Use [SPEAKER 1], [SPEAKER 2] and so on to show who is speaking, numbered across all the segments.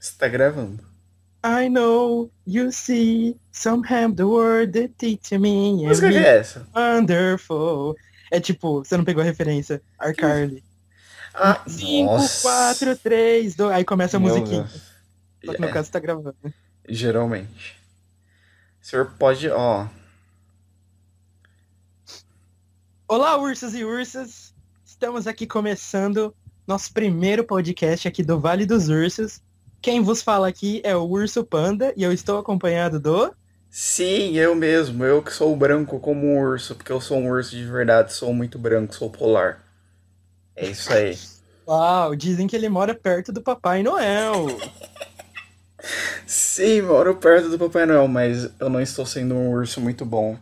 [SPEAKER 1] Está tá gravando.
[SPEAKER 2] I know, you see, somehow the world they teach me.
[SPEAKER 1] Que música
[SPEAKER 2] and
[SPEAKER 1] que
[SPEAKER 2] it's
[SPEAKER 1] é essa?
[SPEAKER 2] Wonderful. É tipo, você não pegou a referência. iCarly.
[SPEAKER 1] Ah,
[SPEAKER 2] 5,
[SPEAKER 1] nossa.
[SPEAKER 2] 4, 3, 2. Aí começa a
[SPEAKER 1] Meu
[SPEAKER 2] musiquinha.
[SPEAKER 1] Deus.
[SPEAKER 2] Só que no
[SPEAKER 1] É,
[SPEAKER 2] caso tá gravando.
[SPEAKER 1] geralmente. O senhor pode, ó.
[SPEAKER 2] Olá, ursos e ursas! Estamos aqui começando nosso primeiro podcast aqui do Vale dos Ursos. Quem vos fala aqui é o Urso Panda e eu estou acompanhado do.
[SPEAKER 1] Sim, eu mesmo. Eu que sou branco como um urso, porque eu sou um urso de verdade, sou muito branco, sou polar. É isso aí.
[SPEAKER 2] Uau, dizem que ele mora perto do Papai Noel.
[SPEAKER 1] Sim, moro perto do Papai Noel, mas eu não estou sendo um urso muito bom.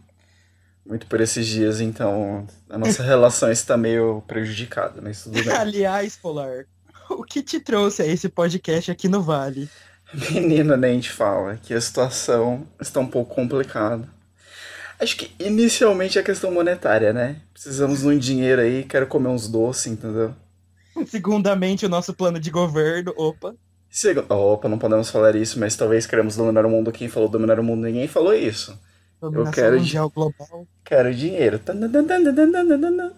[SPEAKER 1] Muito por esses dias, então a nossa relação está meio prejudicada, mas tudo bem.
[SPEAKER 2] Aliás, Polar, o que te trouxe a esse podcast aqui no Vale?
[SPEAKER 1] Menino, nem te fala que a situação está um pouco complicada. Acho que inicialmente é questão monetária, né? Precisamos de um dinheiro aí, quero comer uns doces, entendeu?
[SPEAKER 2] Segundamente, o nosso plano de governo. Opa,
[SPEAKER 1] Segundo... Opa, não podemos falar isso, mas talvez queremos dominar o mundo. Quem falou dominar o mundo? Ninguém falou isso.
[SPEAKER 2] dominação
[SPEAKER 1] quero de-
[SPEAKER 2] mundial global.
[SPEAKER 1] Quero dinheiro. Tanandandandandandandandan.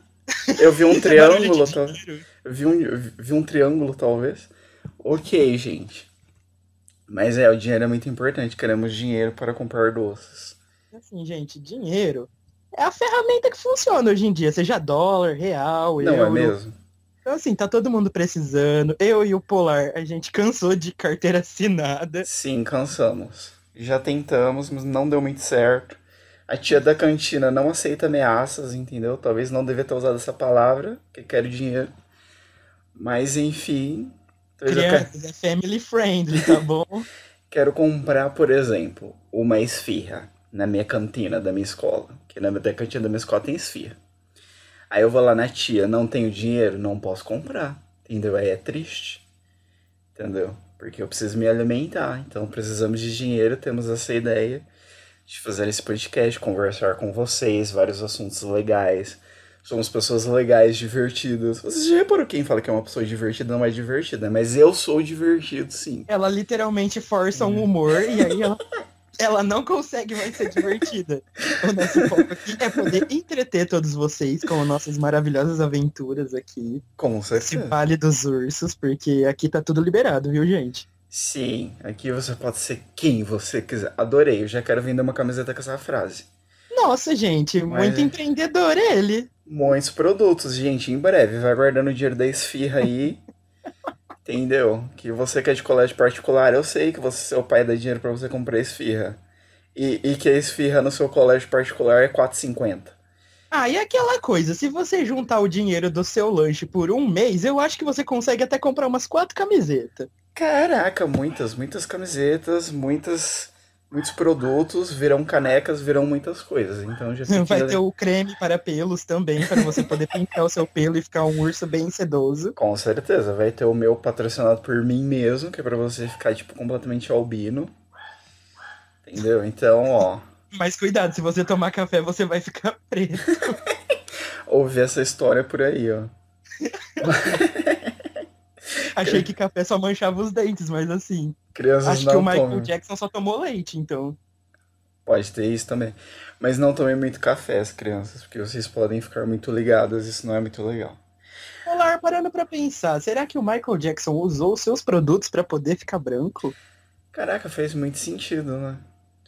[SPEAKER 1] Eu vi um
[SPEAKER 2] Barulho
[SPEAKER 1] triângulo,
[SPEAKER 2] de
[SPEAKER 1] talvez.
[SPEAKER 2] dinheiro.
[SPEAKER 1] Vi um, vi um triângulo, talvez. Ok, gente. Mas é, o dinheiro é muito importante. Queremos dinheiro para comprar doces.
[SPEAKER 2] Assim, gente, dinheiro é a ferramenta que funciona hoje em dia, seja dólar, real,
[SPEAKER 1] Não é
[SPEAKER 2] euro.
[SPEAKER 1] mesmo?
[SPEAKER 2] Então, assim, tá todo mundo precisando. Eu e o Polar, a gente cansou de carteira assinada.
[SPEAKER 1] Sim, cansamos. Já tentamos, mas não deu muito certo. A tia da cantina não aceita ameaças, entendeu? Talvez não devia ter usado essa palavra, que quero dinheiro. Mas enfim. talvez eu que-
[SPEAKER 2] Crianças, é family friendly, tá bom?
[SPEAKER 1] Quero comprar, por exemplo, uma esfirra na minha cantina da minha escola. Que na minha cantina da minha escola tem esfirra. Aí eu vou lá na tia, não tenho dinheiro, não posso comprar. Entendeu? Aí é triste. Entendeu? Porque eu preciso me alimentar. Então precisamos de dinheiro, temos essa ideia de fazer esse podcast, conversar com vocês, vários assuntos legais. Somos pessoas legais, divertidas. Vocês já reparou quem fala que é uma pessoa divertida não é divertida, mas eu sou divertido, sim.
[SPEAKER 2] Ela literalmente força um humor e aí ela, ela não consegue mais ser divertida. O nosso foco aqui é poder entreter todos vocês com nossas maravilhosas aventuras aqui.
[SPEAKER 1] Com
[SPEAKER 2] Esse
[SPEAKER 1] certeza.
[SPEAKER 2] Vale dos Ursos, porque aqui tá tudo liberado, viu, gente?
[SPEAKER 1] Sim, aqui você pode ser quem você quiser. Adorei, eu já quero vender uma camiseta com essa frase.
[SPEAKER 2] Nossa, gente,
[SPEAKER 1] Mas-
[SPEAKER 2] muito empreendedor ele.
[SPEAKER 1] Muitos produtos, gente, em breve. Vai guardando o dinheiro da esfirra aí. Entendeu? Que você que é de colégio particular, eu sei que você, seu pai dá dinheiro pra você comprar esfirra. E, e que a esfirra no seu colégio particular é 4,50.
[SPEAKER 2] Ah, e aquela coisa, se você juntar o dinheiro do seu lanche por um mês, eu acho que você consegue até comprar umas quatro camisetas.
[SPEAKER 1] Caraca, muitas, muitas camisetas, muitas, muitos produtos, virão canecas, virão muitas coisas. Então já fiquei
[SPEAKER 2] Vai ter o creme para pelos também, para você poder pintar o seu pelo e ficar um urso bem sedoso.
[SPEAKER 1] Com certeza, vai ter o meu patrocinado por mim mesmo, que é pra você ficar, tipo, completamente albino. Entendeu? Então, ó,
[SPEAKER 2] Mas cuidado, se você tomar café, você vai ficar preso.
[SPEAKER 1] ouvi essa história por aí, ó.
[SPEAKER 2] Achei que café só manchava os dentes, mas assim.
[SPEAKER 1] Crianças
[SPEAKER 2] Acho
[SPEAKER 1] não
[SPEAKER 2] que o Michael
[SPEAKER 1] tomem.
[SPEAKER 2] Jackson só tomou leite, então.
[SPEAKER 1] Pode ter isso também. Mas não tomem muito café, as crianças, porque vocês podem ficar muito ligadas, isso não é muito legal.
[SPEAKER 2] Olá, parando pra pensar, será que o Michael Jackson usou os seus produtos pra poder ficar branco?
[SPEAKER 1] Caraca, fez muito sentido, né?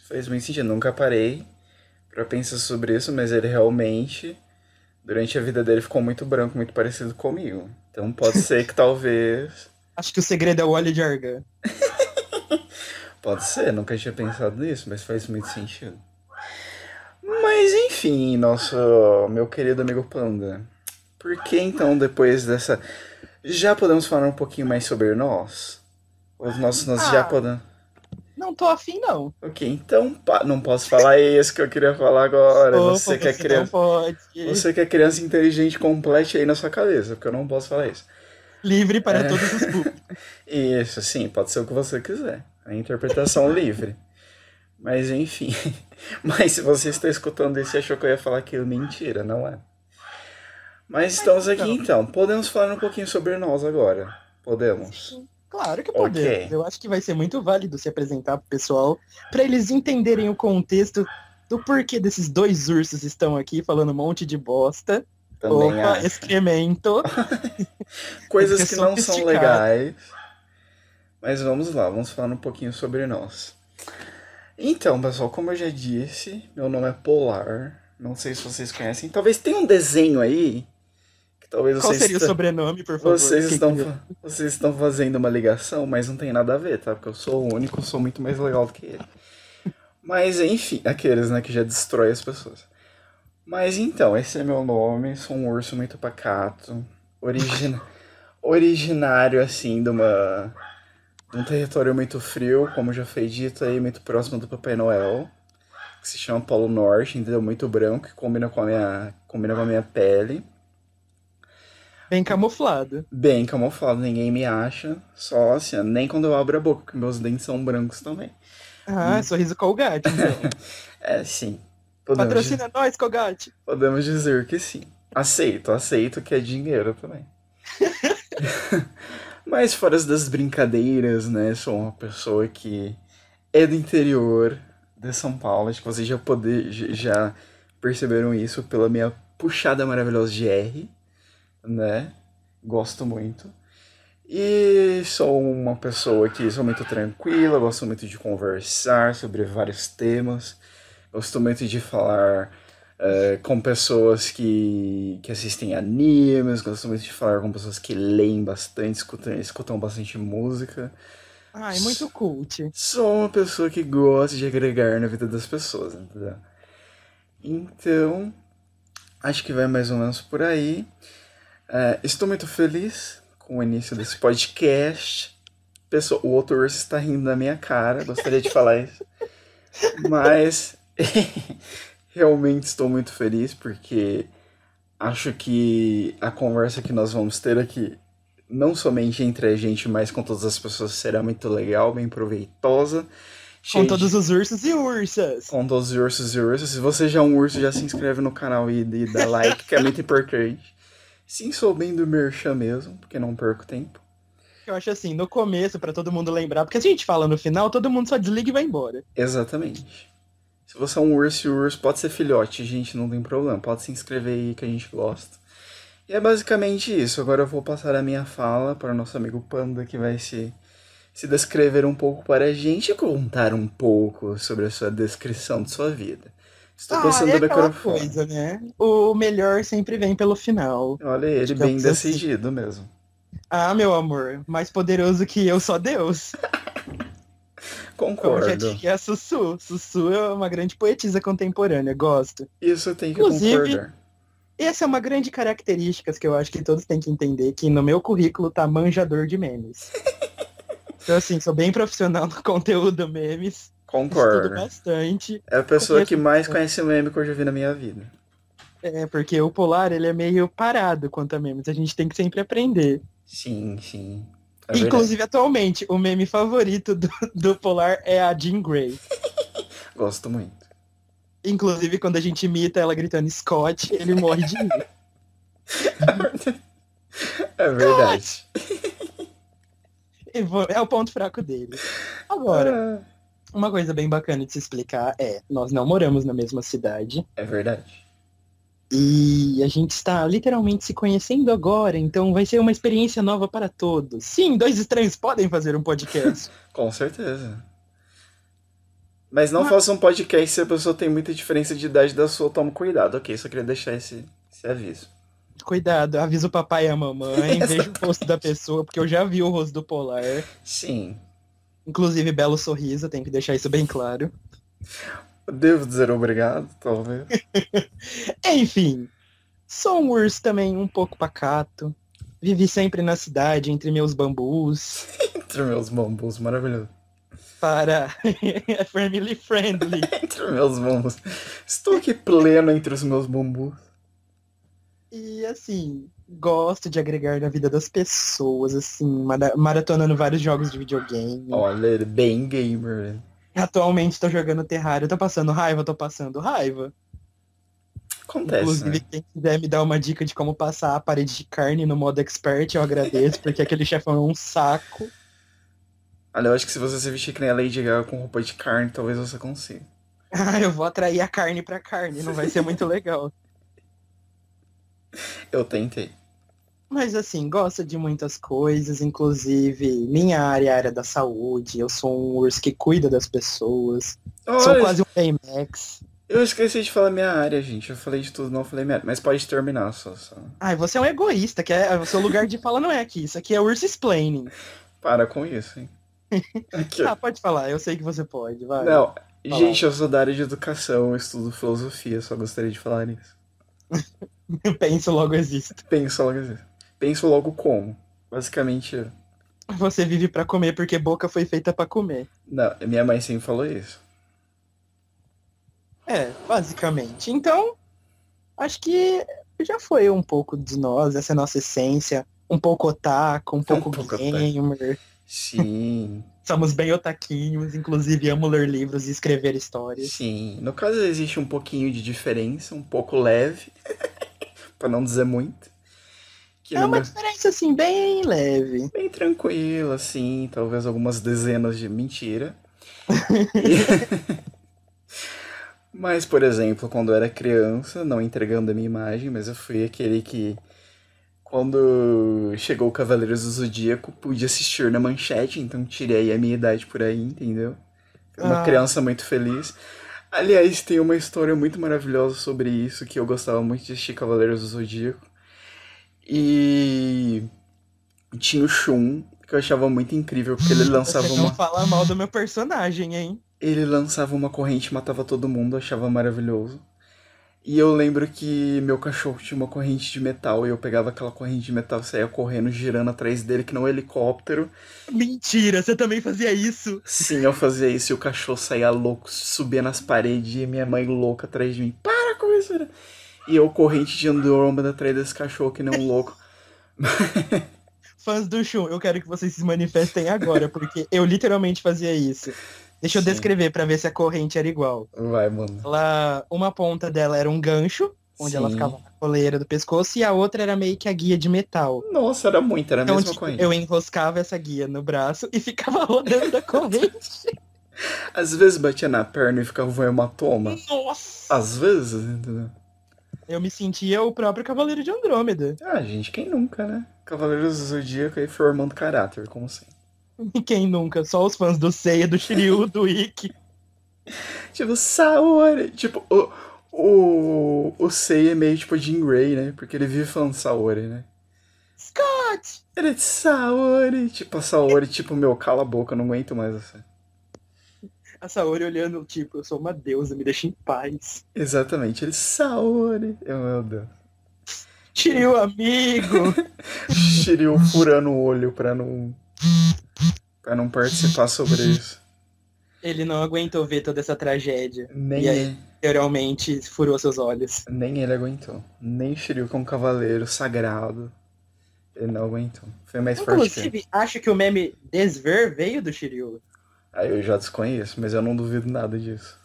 [SPEAKER 1] Fez muito sentido. Nunca parei pra pensar sobre isso, mas ele realmente, durante a vida dele, ficou muito branco, muito parecido comigo. Então pode ser que talvez.
[SPEAKER 2] Acho que o segredo é o óleo de argan.
[SPEAKER 1] Pode ser, nunca tinha pensado nisso, mas faz muito sentido. Mas enfim, nosso meu querido amigo Panda, por que então depois dessa já podemos falar um pouquinho mais sobre nós? Os nossos nós já
[SPEAKER 2] Ah.
[SPEAKER 1] podemos.
[SPEAKER 2] Não tô afim, não.
[SPEAKER 1] Ok, então pa- não posso falar isso que eu queria falar agora.
[SPEAKER 2] Opa, tá
[SPEAKER 1] você que é
[SPEAKER 2] não
[SPEAKER 1] criança,
[SPEAKER 2] pode.
[SPEAKER 1] você que é criança inteligente, complete aí na sua cabeça, porque eu não posso falar isso.
[SPEAKER 2] Livre para
[SPEAKER 1] É.
[SPEAKER 2] todos os públicos.
[SPEAKER 1] Isso, sim, pode ser o que você quiser. A interpretação livre. Mas enfim. Mas se você está escutando isso e achou que eu ia falar aquilo, mentira, não é. então. Mas estamos aqui então. Podemos falar um pouquinho sobre nós agora. Podemos.
[SPEAKER 2] Claro que podemos.
[SPEAKER 1] Ok.
[SPEAKER 2] Eu acho que vai ser muito válido se apresentar pro pessoal, pra eles entenderem o contexto do porquê desses dois ursos estão aqui falando um monte de bosta.
[SPEAKER 1] Também
[SPEAKER 2] opa,
[SPEAKER 1] acho.
[SPEAKER 2] excremento.
[SPEAKER 1] Coisas
[SPEAKER 2] Porque
[SPEAKER 1] que não são
[SPEAKER 2] sofisticado.
[SPEAKER 1] legais. Mas vamos lá, vamos falar um pouquinho sobre nós. Então, pessoal, como eu já disse, meu nome é Polar. Não sei se vocês conhecem. Talvez tenha um desenho aí. Que talvez
[SPEAKER 2] Qual
[SPEAKER 1] vocês.
[SPEAKER 2] seria o
[SPEAKER 1] ta-
[SPEAKER 2] sobrenome, por favor?
[SPEAKER 1] Vocês
[SPEAKER 2] Quem
[SPEAKER 1] estão,
[SPEAKER 2] que- é?
[SPEAKER 1] fa- vocês estão fazendo uma ligação, mas não tem nada a ver, tá? Porque eu sou o único, sou muito mais legal do que ele. Mas enfim, aqueles, né, que já destrói as pessoas. Mas então, esse é meu nome, sou um urso muito pacato, origina originário, assim, de uma... de um território muito frio, como já foi dito aí, muito próximo do Papai Noel, que se chama Polo Norte, entendeu? Muito branco, que combina com a minha, combina com a minha pele.
[SPEAKER 2] Bem camuflado.
[SPEAKER 1] Bem camuflado, ninguém me acha. Só assim, nem quando eu abro a boca, porque meus dentes são brancos também. Hum.
[SPEAKER 2] Ah, sorriso Colgate. Então.
[SPEAKER 1] É, sim. Podemos, di-
[SPEAKER 2] Patrocina nós, Colgate.
[SPEAKER 1] podemos dizer que sim. Aceito, aceito que é dinheiro também. Mas fora das brincadeiras, né? Sou uma pessoa que é do interior de São Paulo. Acho que vocês já, poder, j- já perceberam isso pela minha puxada maravilhosa de R, né? Gosto muito. E sou uma pessoa que sou muito tranquila, gosto muito de conversar sobre vários temas, gosto muito de falar eh, com pessoas que, que assistem animes, gosto muito de falar com pessoas que leem bastante, escutam, escutam bastante música.
[SPEAKER 2] Ai, muito cult.
[SPEAKER 1] Sou uma pessoa que gosta de agregar na vida das pessoas, entendeu? Então, acho que vai mais ou menos por aí. É, estou muito feliz com o início desse podcast. Pessoal, o outro urso está rindo da minha cara, gostaria de falar isso. Mas realmente estou muito feliz porque acho que a conversa que nós vamos ter aqui não somente entre a gente, mas com todas as pessoas, será muito legal, bem proveitosa.
[SPEAKER 2] Com
[SPEAKER 1] cheia de-
[SPEAKER 2] todos os ursos e ursas.
[SPEAKER 1] com todos os ursos e ursas. Se você já é um urso, já se inscreve no canal e, e dá like, que é muito importante. Sim, sou bem do merchan mesmo, porque não perco tempo.
[SPEAKER 2] Eu acho assim, no começo, pra todo mundo lembrar, porque se a gente fala no final, todo mundo só desliga e vai embora.
[SPEAKER 1] Exatamente. Se você é um urso e urso, pode ser filhote, gente, não tem problema. Pode se inscrever aí que a gente gosta. E é basicamente isso. Agora eu vou passar a minha fala para o nosso amigo Panda, que vai se, se descrever um pouco para a gente e contar um pouco sobre a sua descrição de sua vida. Estou passando
[SPEAKER 2] é
[SPEAKER 1] o
[SPEAKER 2] aquela
[SPEAKER 1] microfone.
[SPEAKER 2] coisa, né? O melhor sempre vem pelo final.
[SPEAKER 1] Olha ele, bem
[SPEAKER 2] Digamos assim.
[SPEAKER 1] decidido mesmo.
[SPEAKER 2] Ah, meu amor, mais poderoso que eu, só Deus. Como já
[SPEAKER 1] Concordo.
[SPEAKER 2] diria a Sussu. Sussu é uma grande poetisa contemporânea, gosto.
[SPEAKER 1] Isso tem que
[SPEAKER 2] Inclusive-
[SPEAKER 1] concordar.
[SPEAKER 2] Essa é uma grande característica que eu acho que todos têm que entender, que no meu currículo tá manjador de memes. Então, assim, sou bem profissional no conteúdo memes, estudo
[SPEAKER 1] Concordo.
[SPEAKER 2] bastante.
[SPEAKER 1] É a pessoa
[SPEAKER 2] Conheço
[SPEAKER 1] que mais
[SPEAKER 2] muito.
[SPEAKER 1] conhece meme que eu já vi na minha vida.
[SPEAKER 2] É, porque o Polar, ele é meio parado quanto a memes, a gente tem que sempre aprender.
[SPEAKER 1] Sim, sim. É verdade.
[SPEAKER 2] Inclusive, atualmente, o meme favorito do, do Polar é a Jean Grey.
[SPEAKER 1] Gosto muito.
[SPEAKER 2] Inclusive, quando a gente imita ela gritando Scott, ele morre de rir.
[SPEAKER 1] É verdade.
[SPEAKER 2] E vo- É o ponto fraco dele. Agora, uma coisa bem bacana de se explicar é, nós não moramos na mesma cidade
[SPEAKER 1] É verdade.
[SPEAKER 2] e a gente está literalmente se conhecendo agora, então vai ser uma experiência nova para todos. Sim, dois estranhos podem fazer um podcast.
[SPEAKER 1] Com certeza. Mas não
[SPEAKER 2] Mas-
[SPEAKER 1] faça um podcast se a pessoa tem muita diferença de idade da sua, toma cuidado. Ok, só queria deixar esse, esse aviso.
[SPEAKER 2] Cuidado, avisa o papai e a mamãe, veja o rosto da pessoa, porque eu já vi o rosto do Polar.
[SPEAKER 1] Sim.
[SPEAKER 2] Inclusive, belo sorriso, tem que deixar isso bem claro.
[SPEAKER 1] Eu Devo dizer obrigado, talvez.
[SPEAKER 2] Enfim, sou um urso também um pouco pacato. Vivi sempre na cidade, entre meus bambus,
[SPEAKER 1] Entre meus bambus, maravilhoso.
[SPEAKER 2] para É family friendly.
[SPEAKER 1] Entre meus bambus. Estou aqui pleno entre os meus bambus.
[SPEAKER 2] E assim, gosto de agregar na vida das pessoas, assim, mara- maratonando vários jogos de videogame.
[SPEAKER 1] Olha, ele é bem gamer. né?
[SPEAKER 2] Atualmente tô jogando Terraria, tô passando raiva, tô passando raiva.
[SPEAKER 1] Acontece,
[SPEAKER 2] Inclusive,
[SPEAKER 1] né?
[SPEAKER 2] quem quiser me dar uma dica de como passar a parede de carne no modo expert, eu agradeço, porque aquele chefão é um saco.
[SPEAKER 1] Olha, eu acho que se você se vestir que nem a Lady Gaga com roupa de carne, talvez você consiga.
[SPEAKER 2] Ah, eu vou atrair a carne pra carne, não vai ser muito legal.
[SPEAKER 1] Eu tentei.
[SPEAKER 2] Mas assim, gosto de muitas coisas, inclusive minha área é a área da saúde, eu sou um urso que cuida das pessoas, sou
[SPEAKER 1] Olha,
[SPEAKER 2] quase um Baymax.
[SPEAKER 1] Eu esqueci de falar minha área, gente. Eu falei de tudo, não falei minha área. Mas pode terminar, só. só.
[SPEAKER 2] Ai, você é um egoísta, que é, o seu lugar de fala não é aqui, isso aqui é urso explaining.
[SPEAKER 1] Para com isso, hein? Aqui, ó.
[SPEAKER 2] Ah, pode falar, eu sei que você pode, vai.
[SPEAKER 1] Não, gente, eu sou da área de educação, eu estudo filosofia, só gostaria de falar nisso.
[SPEAKER 2] Eu penso, logo existo.
[SPEAKER 1] Penso logo assim. Penso logo como. Basicamente,
[SPEAKER 2] Você vive pra comer porque boca foi feita pra comer.
[SPEAKER 1] não, minha mãe sempre falou isso.
[SPEAKER 2] É, basicamente. Então, acho que já foi um pouco de nós, essa é a nossa essência. Um pouco otaku, um pouco,
[SPEAKER 1] É pouco otaku.
[SPEAKER 2] gamer.
[SPEAKER 1] Sim,
[SPEAKER 2] Somos bem otaquinhos, inclusive amo ler livros e escrever histórias.
[SPEAKER 1] sim. No caso, existe um pouquinho de diferença, um pouco leve, Pra não dizer muito. Que
[SPEAKER 2] É
[SPEAKER 1] no
[SPEAKER 2] uma
[SPEAKER 1] meu-
[SPEAKER 2] diferença assim, bem leve.
[SPEAKER 1] bem tranquilo, assim, talvez algumas dezenas de mentira. mas, por exemplo, quando eu era criança, não entregando a minha imagem, mas eu fui aquele que, quando chegou o Cavaleiros do Zodíaco, pude assistir na manchete, então tirei a minha idade por aí, entendeu? Uma
[SPEAKER 2] Ah.
[SPEAKER 1] criança muito feliz. Aliás, tem uma história muito maravilhosa sobre isso, que eu gostava muito de assistir Cavaleiros do Zodíaco. E tinha o Shun, que eu achava muito incrível, porque ele lançava
[SPEAKER 2] Você não
[SPEAKER 1] uma,
[SPEAKER 2] fala mal do meu personagem, hein?
[SPEAKER 1] ele lançava uma corrente, matava todo mundo, eu achava maravilhoso. E eu lembro que meu cachorro tinha uma corrente de metal, e eu pegava aquela corrente de metal e saía correndo, girando atrás dele, que não um helicóptero.
[SPEAKER 2] Mentira, você também fazia isso?
[SPEAKER 1] Sim, eu fazia isso, e o cachorro saía louco, subia nas paredes, e minha mãe louca atrás de mim. Para com isso! né?" E eu corrente de andrômeda atrás desse cachorro que nem um louco.
[SPEAKER 2] Fãs do Shun, eu quero que vocês se manifestem agora, porque eu literalmente fazia isso. Deixa eu
[SPEAKER 1] Sim.
[SPEAKER 2] descrever pra ver se a corrente era igual.
[SPEAKER 1] Vai, mano.
[SPEAKER 2] Ela, uma ponta dela era um gancho, onde ela
[SPEAKER 1] Sim.
[SPEAKER 2] ficava na coleira do pescoço, e a outra era meio que a guia de metal.
[SPEAKER 1] Nossa, era muito, era É a
[SPEAKER 2] Então,
[SPEAKER 1] mesma
[SPEAKER 2] tipo,
[SPEAKER 1] corrente.
[SPEAKER 2] eu enroscava essa guia no braço e ficava rodando a corrente.
[SPEAKER 1] Às vezes batia na perna e ficava um hematoma.
[SPEAKER 2] Nossa!
[SPEAKER 1] Às vezes, entendeu?
[SPEAKER 2] Eu me sentia o próprio Cavaleiro de Andrômeda.
[SPEAKER 1] Ah, gente, quem nunca, né? Cavaleiros do Zodíaco aí formando caráter, como assim?
[SPEAKER 2] E Quem nunca? Só os fãs do Seiya, do Shiryu, do Ikki.
[SPEAKER 1] Tipo, Saori! Tipo, o, o, o Sei é meio tipo Jim Grey, né? Porque ele vive falando Saori, né?
[SPEAKER 2] Scott!
[SPEAKER 1] Ele é de Saori! Tipo, a Saori, tipo, meu, cala a boca, eu não aguento mais essa.
[SPEAKER 2] A Saori olhando, tipo, eu sou uma deusa, me deixa em paz.
[SPEAKER 1] Exatamente, ele é Saori! Eu, meu Deus. Uhum.
[SPEAKER 2] Shiryu, amigo!
[SPEAKER 1] Shiryu furando o olho pra não. pra não participar sobre isso.
[SPEAKER 2] Ele não aguentou ver toda essa tragédia.
[SPEAKER 1] Nem
[SPEAKER 2] E aí?
[SPEAKER 1] ele.
[SPEAKER 2] Realmente furou seus olhos.
[SPEAKER 1] Nem ele aguentou. Nem Shiryu, que é um cavaleiro sagrado. Ele não aguentou. Foi mais forte que ele.
[SPEAKER 2] Inclusive, acho que o meme desver veio do Shiryu.
[SPEAKER 1] Aí eu já desconheço, mas eu não duvido nada disso.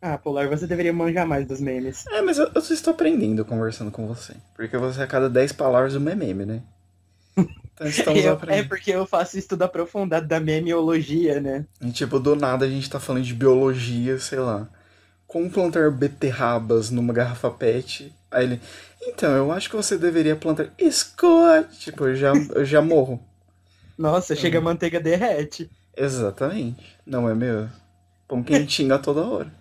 [SPEAKER 2] Ah, Polar, você deveria manjar mais dos memes.
[SPEAKER 1] É, mas eu, eu só estou aprendendo conversando com você. Porque você, a cada 10 palavras, uma é meme, né? Então estamos
[SPEAKER 2] Eu- é
[SPEAKER 1] aprendendo.
[SPEAKER 2] porque eu faço estudo aprofundado da memeologia, né?
[SPEAKER 1] E tipo, do nada a gente tá falando de biologia, sei lá. Como plantar beterrabas numa garrafa pet. Aí ele. Então, eu acho que você deveria plantar. Escote! Tipo, eu já, eu já morro.
[SPEAKER 2] Nossa,
[SPEAKER 1] Uhum.
[SPEAKER 2] chega a manteiga derrete.
[SPEAKER 1] Exatamente. Não é mesmo? Pão quentinho a toda hora.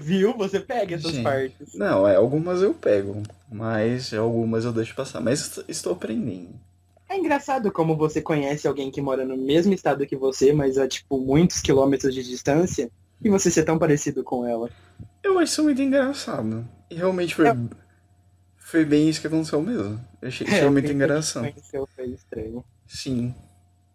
[SPEAKER 2] Viu? Você pega essas
[SPEAKER 1] Gente.
[SPEAKER 2] partes.
[SPEAKER 1] Não, é, algumas eu pego, mas algumas eu deixo passar. Mas est- estou aprendendo.
[SPEAKER 2] É engraçado como você conhece alguém que mora no mesmo estado que você, mas a, tipo, muitos quilômetros de distância, e você ser tão parecido com ela.
[SPEAKER 1] Eu acho isso muito engraçado. E realmente foi,
[SPEAKER 2] É.
[SPEAKER 1] foi bem isso que aconteceu mesmo. Eu achei,
[SPEAKER 2] É,
[SPEAKER 1] achei é muito engraçado.
[SPEAKER 2] Conheceu foi estranho.
[SPEAKER 1] Sim.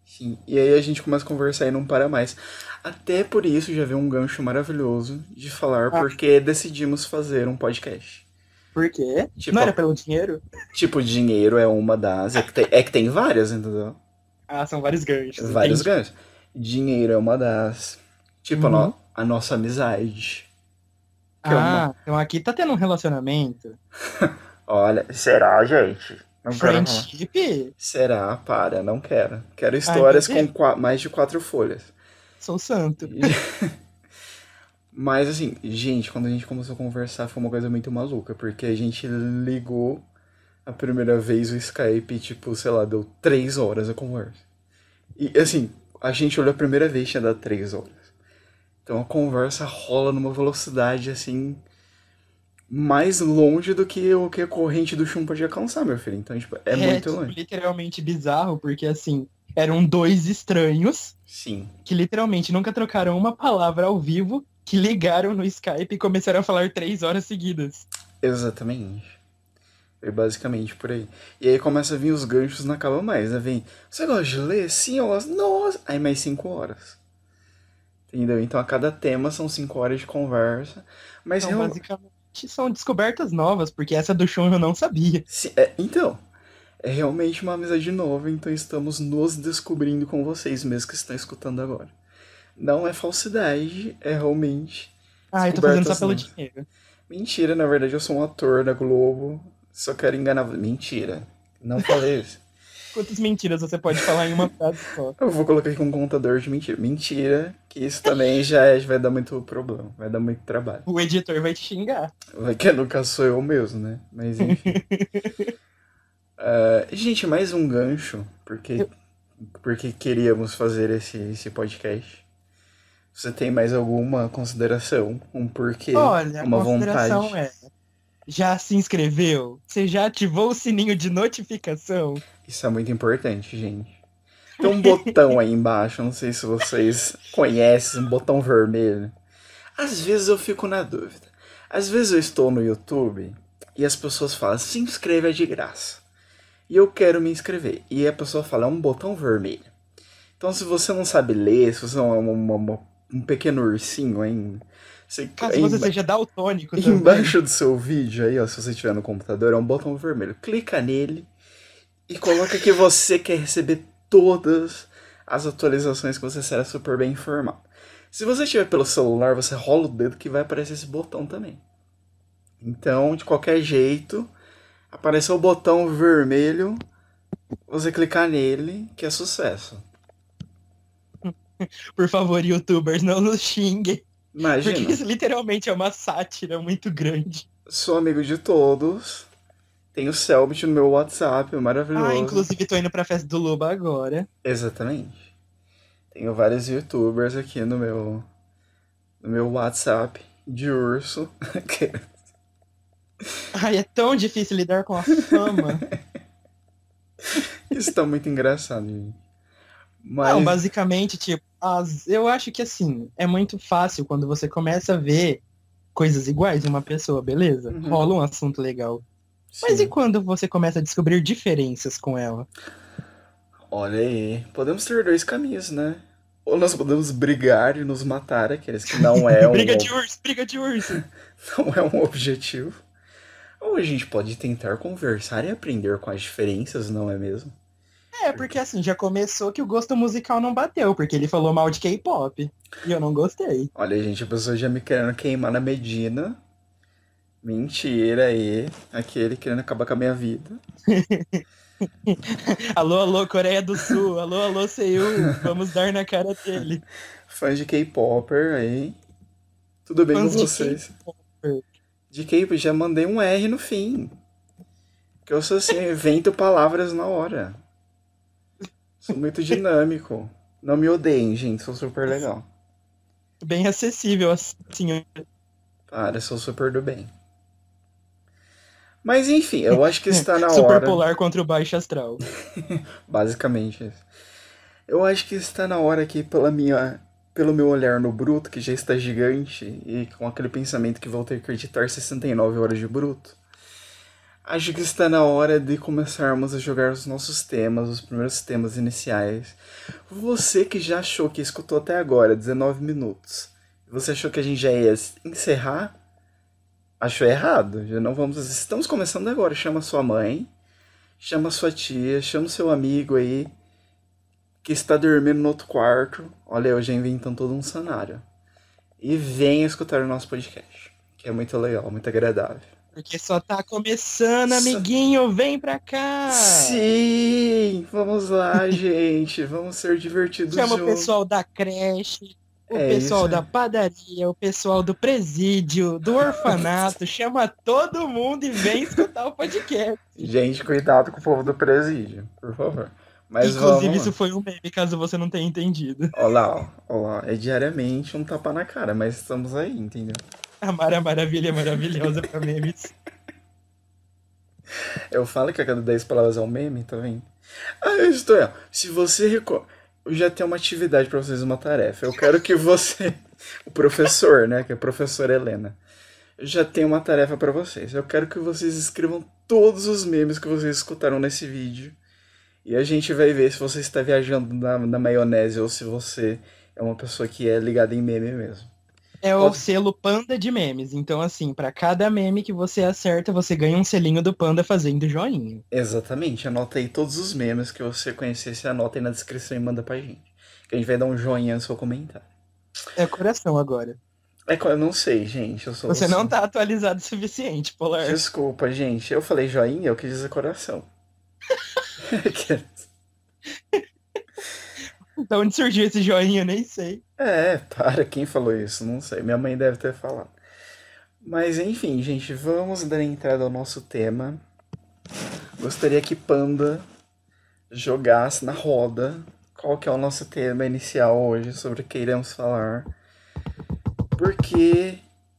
[SPEAKER 1] Sim. E aí a gente começa a conversar e não para mais. Até por isso já veio um gancho maravilhoso de falar
[SPEAKER 2] Ah.
[SPEAKER 1] porque decidimos fazer um podcast.
[SPEAKER 2] Por quê?
[SPEAKER 1] Tipo,
[SPEAKER 2] Não era pelo dinheiro?
[SPEAKER 1] Tipo, dinheiro é uma das. É que tem, é que tem várias, entendeu?
[SPEAKER 2] Ah, são vários ganchos.
[SPEAKER 1] Vários
[SPEAKER 2] entendi.
[SPEAKER 1] ganhos. Dinheiro é uma das. Tipo, a, no-
[SPEAKER 2] Uhum.
[SPEAKER 1] a nossa amizade.
[SPEAKER 2] Ah, então aqui tá tendo um relacionamento.
[SPEAKER 1] Olha, será, gente?
[SPEAKER 3] Não quero falar.
[SPEAKER 2] Friendship?
[SPEAKER 1] Será? Para, não quero.
[SPEAKER 2] Ah,
[SPEAKER 1] Quero histórias
[SPEAKER 2] meu
[SPEAKER 1] com qua- mais de quatro folhas.
[SPEAKER 2] Sou santo.
[SPEAKER 1] Mas assim, gente, quando a gente começou a conversar foi uma coisa muito maluca, porque a gente ligou a primeira vez o Skype, e, tipo, sei lá, deu três horas a conversa. E assim, a gente olhou a primeira vez tinha dado três horas. Então a conversa rola numa velocidade assim mais longe do que o que a corrente do chum podia alcançar, meu filho. Então, tipo, é muito
[SPEAKER 2] tipo,
[SPEAKER 1] longe.
[SPEAKER 2] literalmente bizarro, porque assim, eram dois estranhos
[SPEAKER 1] Sim.
[SPEAKER 2] que literalmente nunca trocaram uma palavra ao vivo, que ligaram no Skype e começaram a falar três horas seguidas.
[SPEAKER 1] Exatamente. Foi basicamente por aí. E aí começa a vir os ganchos, não acaba mais, né? Vem, você gosta de ler? Sim, eu gosto. Nossa! Aí mais cinco horas. Entendeu? Então a cada tema são cinco horas de conversa. Mas
[SPEAKER 2] Então,
[SPEAKER 1] eu-
[SPEAKER 2] basicamente, são descobertas novas, porque essa do Sean eu não sabia.
[SPEAKER 1] se- é, então, é realmente uma amizade nova, então estamos nos descobrindo com vocês mesmo que estão escutando agora. Não é falsidade, é realmente.
[SPEAKER 2] Ah, eu tô fazendo só
[SPEAKER 1] Descobertas
[SPEAKER 2] pelo
[SPEAKER 1] novas.
[SPEAKER 2] dinheiro.
[SPEAKER 1] Mentira, na verdade eu sou um ator da Globo. Só quero enganar. Mentira. Não falei isso.
[SPEAKER 2] Quantas mentiras você pode falar em uma frase só?
[SPEAKER 1] Eu vou colocar aqui um contador de mentira. Mentira, que isso também já é- vai dar muito problema, vai dar muito trabalho.
[SPEAKER 2] O editor vai te xingar.
[SPEAKER 1] Vai que no caso sou eu mesmo, né? Mas enfim. Ah, gente, mais um gancho, porque, porque queríamos fazer esse, esse podcast. Você tem mais alguma consideração? Um porquê?
[SPEAKER 2] Olha, a
[SPEAKER 1] uma
[SPEAKER 2] consideração
[SPEAKER 1] vontade.
[SPEAKER 2] é. Já se inscreveu? Você já ativou o sininho de notificação?
[SPEAKER 1] Isso é muito importante, gente. Tem um botão aí embaixo, não sei se vocês conhecem, um botão vermelho. Às vezes eu fico na dúvida. Às vezes eu estou no YouTube e as pessoas falam, se inscreva é de graça. E eu quero me inscrever. E a pessoa fala, é um botão vermelho. Então se você não sabe ler, se você é uma- uma- uma- um pequeno ursinho ainda, você,
[SPEAKER 2] Caso você
[SPEAKER 1] emba-
[SPEAKER 2] seja daltônico também.
[SPEAKER 1] Embaixo do seu vídeo aí, ó, se você tiver no computador, é um botão vermelho. Clica nele e coloca que você quer receber todas as atualizações que você será super bem informado. Se você tiver pelo celular, você rola o dedo que vai aparecer esse botão também. Então, de qualquer jeito, apareceu o botão vermelho, você clicar nele, que é sucesso.
[SPEAKER 2] Por favor, youtubers, não nos xinguem.
[SPEAKER 1] Imagina.
[SPEAKER 2] Porque isso literalmente é uma sátira muito grande.
[SPEAKER 1] Sou amigo de todos. Tenho o Selbit no meu WhatsApp, maravilhoso.
[SPEAKER 2] Ah, inclusive tô indo pra festa do Loba agora.
[SPEAKER 1] Exatamente. Tenho vários youtubers aqui no meu no meu WhatsApp de urso.
[SPEAKER 2] Ai, é tão difícil lidar com a fama.
[SPEAKER 1] Isso tá muito engraçado, gente. Mas,
[SPEAKER 2] Não, basicamente, tipo, as... eu acho que assim, é muito fácil quando você começa a ver coisas iguais em uma pessoa, beleza?
[SPEAKER 1] Uhum.
[SPEAKER 2] Rola um assunto legal.
[SPEAKER 1] sim.
[SPEAKER 2] Mas e quando você começa a descobrir diferenças com ela?
[SPEAKER 1] Olha aí, podemos ter dois caminhos, né? Ou nós podemos brigar e nos matar, aqueles que não é um
[SPEAKER 2] briga de urso, briga de urso.
[SPEAKER 1] não é um objetivo. Ou a gente pode tentar conversar e aprender com as diferenças, não é mesmo?
[SPEAKER 2] É, porque assim, já começou que o gosto musical não bateu, porque ele falou mal de K-pop. E eu não gostei.
[SPEAKER 1] Olha, gente, a pessoa já me querendo queimar na Medina. Mentira aí. Aquele querendo acabar com a minha vida.
[SPEAKER 2] Alô, alô, Coreia do Sul, alô, alô, Seul, vamos dar na cara dele.
[SPEAKER 1] Fãs de K-Popper aí. Tudo bem
[SPEAKER 2] Fãs
[SPEAKER 1] com
[SPEAKER 2] de
[SPEAKER 1] vocês?
[SPEAKER 2] K-popper.
[SPEAKER 1] De K-pop já mandei um R no fim. Porque eu sou assim, eu invento palavras na hora. Sou muito dinâmico. Não me odeiem, gente. Sou super legal.
[SPEAKER 2] Bem acessível, assim.
[SPEAKER 1] Para, sou super do bem. Mas enfim, eu acho que está na
[SPEAKER 2] Super
[SPEAKER 1] hora.
[SPEAKER 2] polar contra o baixo astral.
[SPEAKER 1] Basicamente isso. Eu acho que está na hora aqui pela minha, pelo meu olhar no Bruto, que já está gigante, e com aquele pensamento que vou ter que editar 69 horas de Bruto. Acho que está na hora de começarmos a jogar os nossos temas, os primeiros temas iniciais. Você que já achou que escutou até agora, 19 minutos, você achou que a gente já ia encerrar? Achou errado. Já não vamos. Estamos começando agora. Chama sua mãe. Chama sua tia, chama o seu amigo aí que está dormindo no outro quarto. Olha, eu já inventando todo um cenário. E venha escutar o nosso podcast, que é muito legal, muito agradável.
[SPEAKER 2] Porque só tá começando, amiguinho, vem pra cá!
[SPEAKER 1] Sim! Vamos lá, gente. Vamos ser divertidos
[SPEAKER 2] Chama o
[SPEAKER 1] juntos.
[SPEAKER 2] pessoal da creche, o
[SPEAKER 1] É
[SPEAKER 2] pessoal
[SPEAKER 1] isso,
[SPEAKER 2] da
[SPEAKER 1] é.
[SPEAKER 2] padaria, o pessoal do presídio, do orfanato, chama todo mundo e vem escutar o podcast.
[SPEAKER 1] Gente, cuidado com o povo do presídio, por favor. Mas
[SPEAKER 2] Inclusive,
[SPEAKER 1] vamos.
[SPEAKER 2] isso foi um meme, caso você não tenha entendido.
[SPEAKER 1] Olha lá, ó. Ó lá. É diariamente um tapa na cara, mas estamos aí, entendeu?
[SPEAKER 2] A Mara Maravilha é maravilhosa pra memes.
[SPEAKER 1] Eu falo que a cada 10 palavras é um meme, tá vendo? Ah, eu estou. ó. Se você recorre. Eu já tenho uma atividade pra vocês, uma tarefa. Eu quero que você. O professor, né? Que é a professora Helena. Eu já tenho uma tarefa pra vocês. Eu quero que vocês escrevam todos os memes que vocês escutaram nesse vídeo. E a gente vai ver se você está viajando na, na maionese ou se você é uma pessoa que é ligada em meme mesmo.
[SPEAKER 2] É o
[SPEAKER 1] Pode-
[SPEAKER 2] selo panda de memes. Então, assim, pra cada meme que você acerta, você ganha um selinho do panda fazendo joinha.
[SPEAKER 1] Exatamente, anota aí todos os memes que você conhecer, você anota aí na descrição e manda pra gente. Que a gente vai dar um joinha no seu comentário.
[SPEAKER 2] É coração agora.
[SPEAKER 1] É que eu não sei, gente, eu sou
[SPEAKER 2] Você
[SPEAKER 1] assim.
[SPEAKER 2] não tá atualizado o suficiente, Polar.
[SPEAKER 1] Desculpa, gente, eu falei joinha, eu quis dizer coração.
[SPEAKER 2] De onde surgiu esse joinha, eu nem sei.
[SPEAKER 1] É, para, quem falou isso? Não sei, minha mãe deve ter falado. Mas enfim, gente, vamos dar entrada ao nosso tema. Gostaria que Panda jogasse na roda qual que é o nosso tema inicial hoje, sobre o que iremos falar. Porque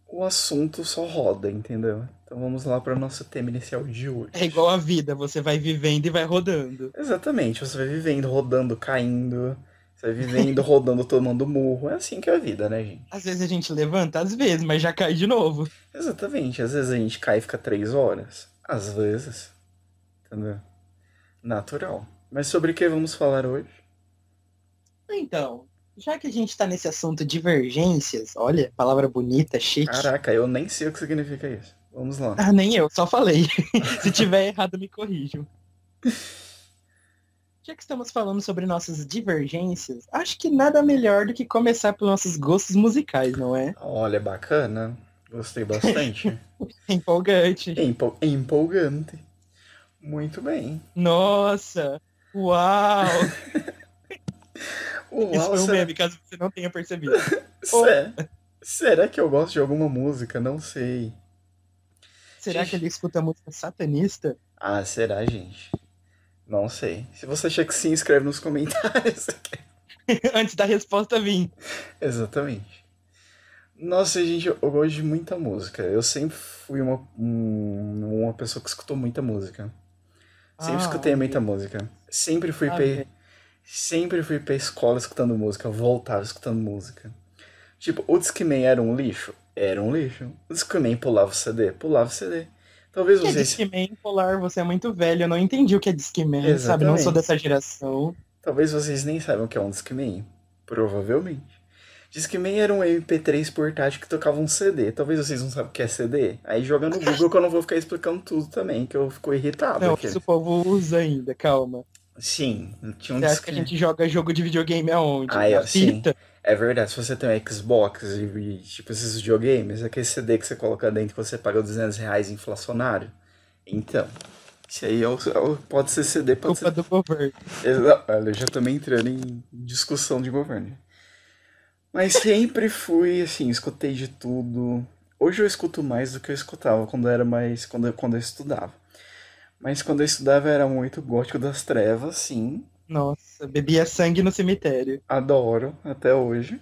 [SPEAKER 1] o assunto só roda, entendeu? Então vamos lá para o nosso tema inicial de hoje.
[SPEAKER 2] É igual a vida, você vai vivendo e vai rodando.
[SPEAKER 1] Exatamente, você vai vivendo, rodando, caindo. Você vai vivendo, rodando, tomando murro. É assim que é a vida, né, gente?
[SPEAKER 2] Às vezes a gente levanta, às vezes, mas já cai de novo.
[SPEAKER 1] Exatamente. Às vezes a gente cai e fica três horas. Às vezes. Entendeu? Natural. Mas sobre o que vamos falar hoje?
[SPEAKER 2] Então, já que a gente tá nesse assunto divergências, olha, palavra bonita, chique.
[SPEAKER 1] Caraca, eu nem sei o que significa isso. Vamos lá.
[SPEAKER 2] Ah, nem eu, só falei. Se tiver errado, me corrijam. Já que estamos falando sobre nossas divergências, acho que nada melhor do que começar pelos nossos gostos musicais, não é?
[SPEAKER 1] Olha, bacana. Gostei bastante.
[SPEAKER 2] É Empolgante.
[SPEAKER 1] Empol- empolgante. Muito bem.
[SPEAKER 2] Nossa! Uau! Isso
[SPEAKER 1] Uau,
[SPEAKER 2] foi um
[SPEAKER 1] será...
[SPEAKER 2] meme, caso você não tenha percebido.
[SPEAKER 1] se- será que eu gosto de alguma música? Não sei.
[SPEAKER 2] Será que ele escuta música satanista?
[SPEAKER 1] Ah, será, gente? Não sei. Se você achar que sim, escreve nos comentários.
[SPEAKER 2] Antes da resposta vir.
[SPEAKER 1] Exatamente. Nossa, gente, eu eu gosto de muita música. Eu sempre fui uma, um- uma pessoa que escutou muita música. Sempre
[SPEAKER 2] Ah,
[SPEAKER 1] escutei
[SPEAKER 2] olha.
[SPEAKER 1] muita música. Sempre fui
[SPEAKER 2] Ah,
[SPEAKER 1] pra,
[SPEAKER 2] é.
[SPEAKER 1] sempre fui pra escola escutando música, voltava escutando música. Tipo, o Discman era um lixo? Era um lixo. O Discman pulava o CD? Pulava o CD. Talvez
[SPEAKER 2] Que é
[SPEAKER 1] vocês,
[SPEAKER 2] Discman, Polar, você é muito velho, eu não entendi o que é Discman, sabe? Não sou
[SPEAKER 1] Exatamente.
[SPEAKER 2] dessa geração.
[SPEAKER 1] talvez vocês nem saibam o que é um Discman. Provavelmente. Discman era um MP3 portátil que tocava um CD. Talvez vocês não saibam o que é CD. Aí joga no Google que eu não vou ficar explicando tudo também, que eu fico irritado.
[SPEAKER 2] não,
[SPEAKER 1] aqui.
[SPEAKER 2] isso o povo usa ainda, calma.
[SPEAKER 1] Sim, tinha um
[SPEAKER 2] Você acha que a
[SPEAKER 1] Discman.
[SPEAKER 2] gente joga jogo de videogame aonde?
[SPEAKER 1] Ah, eu
[SPEAKER 2] Na fita?
[SPEAKER 1] É verdade, se você tem um Xbox e, e, tipo esses videogames, aquele CD que você coloca dentro que você paga 200 reais inflacionário. Então, isso aí é o- é o- pode ser CD, pode ser
[SPEAKER 2] Culpa do governo.
[SPEAKER 1] Exa- Olha, eu já também entrando em discussão de governo. Mas sempre fui assim, escutei de tudo. Hoje eu escuto mais do que eu escutava quando era mais quando eu, quando eu estudava. Mas quando eu estudava era muito gótico das trevas, sim.
[SPEAKER 2] Nossa, bebia sangue no cemitério.
[SPEAKER 1] Adoro até hoje.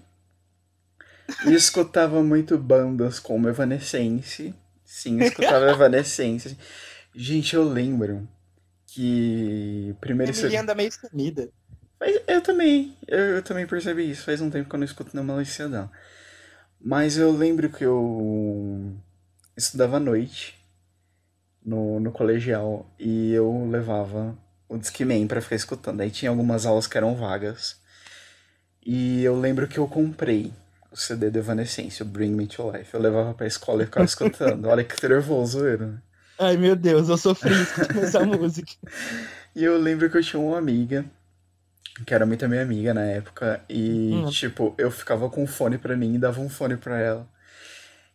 [SPEAKER 1] E escutava muito bandas como Evanescence. Sim, escutava Evanescence. Gente, eu lembro que primeiro e
[SPEAKER 2] Emily
[SPEAKER 1] segundo
[SPEAKER 2] anda meio sumida.
[SPEAKER 1] Mas eu também, eu, eu também percebi isso. Faz um tempo que eu não escuto nenhuma Luciana. Mas eu lembro que eu estudava à noite no, no colegial e eu levava o Discman pra ficar escutando. Aí tinha algumas aulas que eram vagas. E eu lembro que eu comprei o CD do Evanescence, o Bring Me to Life. Eu levava pra escola e ficava escutando. Olha que nervoso eu era. né?
[SPEAKER 2] Ai, meu Deus, eu sofri com essa música.
[SPEAKER 1] E eu lembro que eu tinha uma amiga, que era muito minha amiga na época, e
[SPEAKER 2] Hum.
[SPEAKER 1] tipo, eu ficava com um fone pra mim e dava um fone pra ela.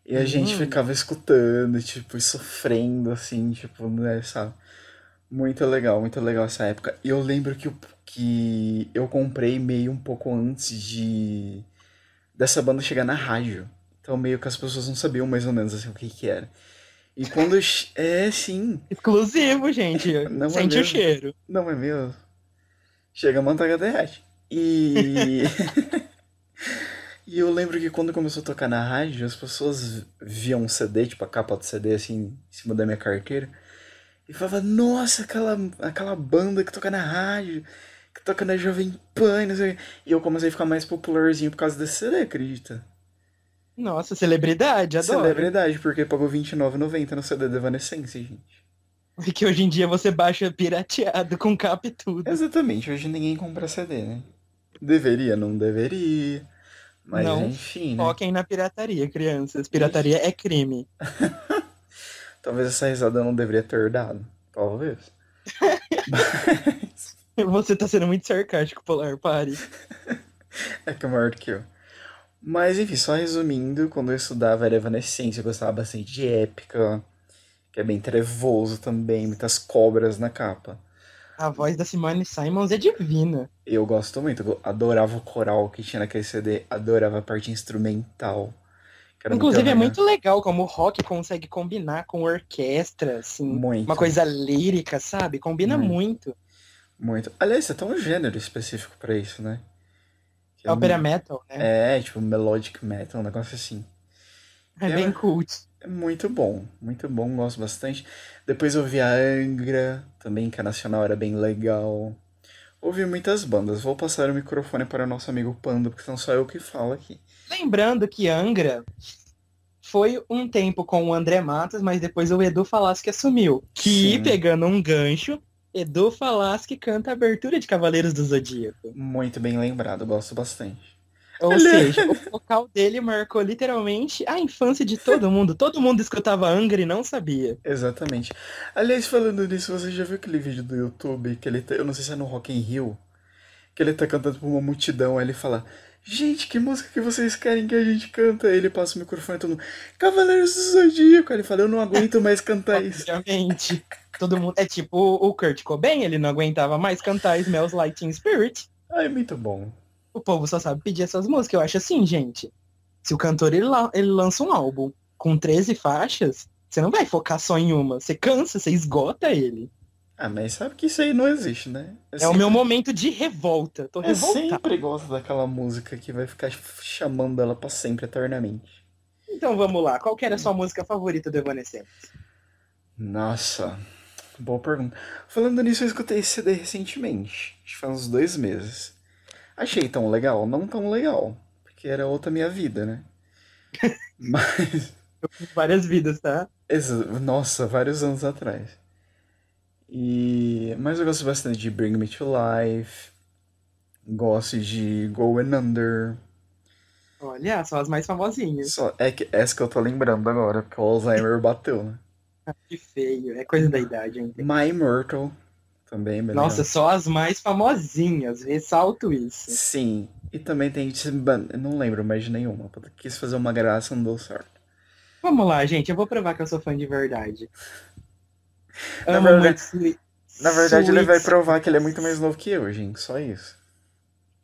[SPEAKER 1] E a gente
[SPEAKER 2] Hum.
[SPEAKER 1] ficava escutando, tipo, e sofrendo, assim, tipo, né, sabe? Muito legal, muito legal essa época. E eu lembro que, o- que eu comprei meio um pouco antes de dessa banda chegar na rádio. Então meio que as pessoas não sabiam mais ou menos assim o que que era. E quando... che- É, sim.
[SPEAKER 2] Exclusivo, gente.
[SPEAKER 1] Não é
[SPEAKER 2] Sente o
[SPEAKER 1] mesmo?
[SPEAKER 2] cheiro.
[SPEAKER 1] Não é mesmo? Chega um a manteiga derrete. E... e eu lembro que quando começou a tocar na rádio, as pessoas viam um CD, tipo a capa do CD, assim, em cima da minha carteira. E falava, nossa, aquela, aquela banda que toca na rádio, que toca na Jovem Pan, e não sei o quê." E eu comecei a ficar mais popularzinho por causa desse CD, acredita?
[SPEAKER 2] Nossa, celebridade, adoro.
[SPEAKER 1] Celebridade, porque pagou R$29,90 no CD da Evanescence, gente.
[SPEAKER 2] É Que hoje em dia você baixa pirateado com capa e tudo.
[SPEAKER 1] Exatamente, hoje ninguém compra CD, né? Deveria, não deveria. Mas
[SPEAKER 2] Não.
[SPEAKER 1] enfim, né?
[SPEAKER 2] Foquem na pirataria, crianças. Pirataria é crime.
[SPEAKER 1] Talvez essa risada eu não deveria ter dado. Talvez.
[SPEAKER 2] Você tá sendo muito sarcástico, Polar Pare.
[SPEAKER 1] É que é maior do que eu. Mas enfim, só resumindo, quando eu estudava era Evanescência, eu gostava bastante de épica, que é bem trevoso também, muitas cobras na capa.
[SPEAKER 2] A voz da Simone Simons é divina.
[SPEAKER 1] Eu gosto muito, eu adorava o coral que tinha naquele CD, adorava a parte instrumental. que era
[SPEAKER 2] Inclusive, é
[SPEAKER 1] legal. né?
[SPEAKER 2] muito legal como o rock consegue combinar com orquestra, assim.
[SPEAKER 1] Muito.
[SPEAKER 2] Uma coisa lírica, sabe? Combina
[SPEAKER 1] Muito.
[SPEAKER 2] muito.
[SPEAKER 1] Muito. Aliás, você tem um gênero específico pra isso, né? Que
[SPEAKER 2] É ópera metal, né?
[SPEAKER 1] É, tipo, melodic metal, um negócio assim.
[SPEAKER 2] É, bem cult.
[SPEAKER 1] É muito bom, muito bom, gosto bastante. Depois ouvi a Angra, também, que a Nacional era bem legal. Ouvi muitas bandas. Vou passar o microfone para o nosso amigo Panda, porque senão só eu que falo aqui.
[SPEAKER 2] Lembrando que Angra foi um tempo com o André Matos, mas depois o Edu Falasque assumiu. Que,
[SPEAKER 1] Sim.
[SPEAKER 2] pegando um gancho, Edu Falasque canta a abertura de Cavaleiros do Zodíaco.
[SPEAKER 1] Muito bem lembrado, gosto bastante.
[SPEAKER 2] Ou
[SPEAKER 1] Ele-
[SPEAKER 2] seja, o vocal dele marcou literalmente a infância de todo mundo. Todo mundo escutava Angra e não sabia.
[SPEAKER 1] Exatamente. Aliás, falando nisso, você já viu aquele vídeo do YouTube que ele tá, eu não sei se é no Rock in Rio, que ele tá cantando pra uma multidão, aí ele fala: "Gente, que música que vocês querem que a gente canta?" Aí ele passa o microfone e todo mundo: "Cavaleiros do Zodíaco". Aí ele fala: "Eu não aguento mais cantar isso".
[SPEAKER 2] Obviamente. Todo mundo. É tipo o Kurt Cobain, ele não aguentava mais cantar Smells Like Teen Spirit.
[SPEAKER 1] Ai, muito bom.
[SPEAKER 2] O povo só sabe pedir essas músicas. Eu acho assim, gente. Se o cantor ele, la- ele lança um álbum com 13 faixas, você não vai focar só em uma. Você cansa, você esgota ele.
[SPEAKER 1] Ah, mas sabe que isso aí não existe, né? Eu
[SPEAKER 2] É o
[SPEAKER 1] sempre-
[SPEAKER 2] meu momento de revolta. Tô
[SPEAKER 1] Eu
[SPEAKER 2] revoltado.
[SPEAKER 1] sempre gosto daquela música que vai ficar chamando ela pra sempre, eternamente.
[SPEAKER 2] Então vamos lá. Qual que era a sua música favorita do Evanescence?
[SPEAKER 1] Nossa, boa pergunta. Falando nisso, eu escutei esse CD recentemente, acho que faz uns dois meses. Achei tão legal, não tão legal, porque era outra minha vida, né? Mas,
[SPEAKER 2] Várias vidas, tá?
[SPEAKER 1] exa- nossa, vários anos atrás. E, mas eu gosto bastante de Bring Me to Life, gosto de Going Under.
[SPEAKER 2] Olha, são as mais famosinhas.
[SPEAKER 1] Só, é que, essa que eu tô lembrando agora, porque o Alzheimer bateu, né?
[SPEAKER 2] Que feio. É coisa da idade, eu entendo.
[SPEAKER 1] My Immortal, também, beleza.
[SPEAKER 2] Nossa, só as mais famosinhas, ressalto isso.
[SPEAKER 1] Sim, e também tem. tipo, ban- eu Não lembro mais de nenhuma. porque Quis fazer uma graça, não deu certo.
[SPEAKER 2] Vamos lá, gente, eu vou provar que eu sou fã de verdade.
[SPEAKER 1] Na
[SPEAKER 2] Amo
[SPEAKER 1] verdade-
[SPEAKER 2] muito Sui-
[SPEAKER 1] Na verdade, ele
[SPEAKER 2] Sweet
[SPEAKER 1] vai provar que ele é muito mais novo que eu, gente. Só isso.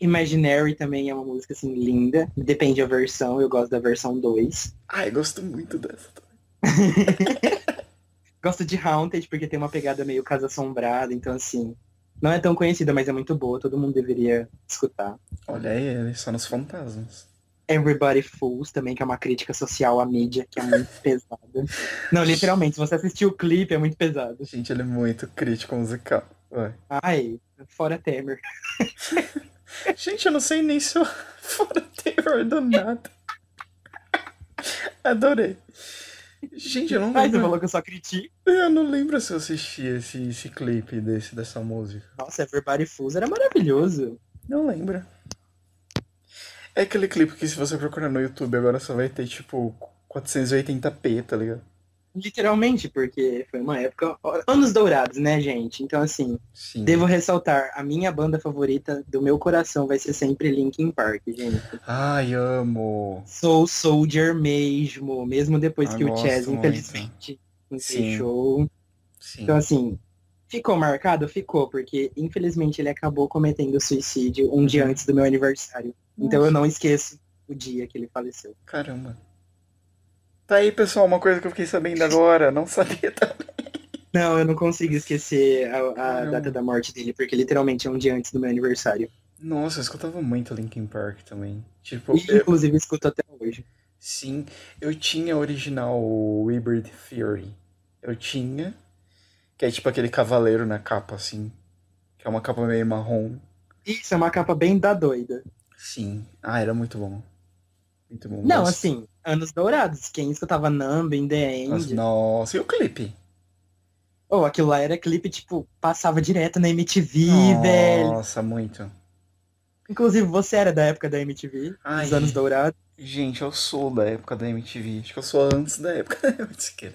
[SPEAKER 2] Imaginary também é uma música assim linda, depende da versão, eu gosto da versão 2.
[SPEAKER 1] Ai, gosto muito dessa.
[SPEAKER 2] Gosto de Haunted porque tem uma pegada meio casa assombrada, então assim, não é tão conhecida, mas é muito boa, todo mundo deveria escutar.
[SPEAKER 1] Olha aí, ele só nos fantasmas.
[SPEAKER 2] Everybody Fools também, que é uma crítica social à mídia, que é muito pesada. Não, literalmente, se você assistir o clipe, é muito pesado.
[SPEAKER 1] Gente, ele é muito crítico musical. Ué.
[SPEAKER 2] Ai, fora Temer.
[SPEAKER 1] Gente, eu não sei nem se eu fora terror do nada. Adorei. Gente, eu não
[SPEAKER 2] Mas você
[SPEAKER 1] lembro.
[SPEAKER 2] falou que eu só critico.
[SPEAKER 1] Eu não lembro se eu assisti esse, esse clipe desse, dessa música.
[SPEAKER 2] Nossa, Everybody Fools era maravilhoso.
[SPEAKER 1] Não lembro. É aquele clipe que se você procurar no YouTube agora só vai ter tipo 480p, tá ligado?
[SPEAKER 2] Literalmente, porque foi uma época. Anos dourados, né, gente? Então, assim,
[SPEAKER 1] Sim.
[SPEAKER 2] devo ressaltar, a minha banda favorita do meu coração vai ser sempre Linkin Park, gente.
[SPEAKER 1] Ai, amo.
[SPEAKER 2] Sou Soldier mesmo, mesmo depois
[SPEAKER 1] Eu
[SPEAKER 2] que o
[SPEAKER 1] gosto
[SPEAKER 2] Chess,
[SPEAKER 1] Ah, muito.
[SPEAKER 2] infelizmente, não
[SPEAKER 1] Sim.
[SPEAKER 2] fechou.
[SPEAKER 1] Sim.
[SPEAKER 2] Então, assim, ficou marcado? Ficou, porque infelizmente ele acabou cometendo suicídio um dia antes do meu aniversário. Então eu não esqueço o dia que ele faleceu.
[SPEAKER 1] Caramba. Tá aí, pessoal, uma coisa que eu fiquei sabendo agora. Não sabia. tá?
[SPEAKER 2] Não, eu não consigo esquecer a- a,
[SPEAKER 1] Caramba.
[SPEAKER 2] data da morte dele, porque literalmente é um dia antes do meu aniversário.
[SPEAKER 1] Nossa, eu escutava muito Linkin Park também. Tipo,
[SPEAKER 2] E,
[SPEAKER 1] eu-
[SPEAKER 2] inclusive, escuto até hoje.
[SPEAKER 1] sim, eu tinha original o Hybrid Theory. Eu tinha. Que é tipo aquele cavaleiro na capa, assim. Que é uma capa meio marrom.
[SPEAKER 2] Isso é uma capa bem da doida.
[SPEAKER 1] Sim. Ah, era muito bom. Muito bom.
[SPEAKER 2] Não,
[SPEAKER 1] Nossa.
[SPEAKER 2] assim, anos dourados. Quem escutava Numb, In The
[SPEAKER 1] Nossa,
[SPEAKER 2] End.
[SPEAKER 1] nossa, e o clipe?
[SPEAKER 2] Ou aquilo lá era clipe, tipo, passava direto na MTV, velho.
[SPEAKER 1] Nossa, muito.
[SPEAKER 2] Inclusive, você era da época da MTV,
[SPEAKER 1] Ai.
[SPEAKER 2] dos anos dourados.
[SPEAKER 1] Gente, eu sou da época da MTV. Acho que eu sou antes da época da MTV.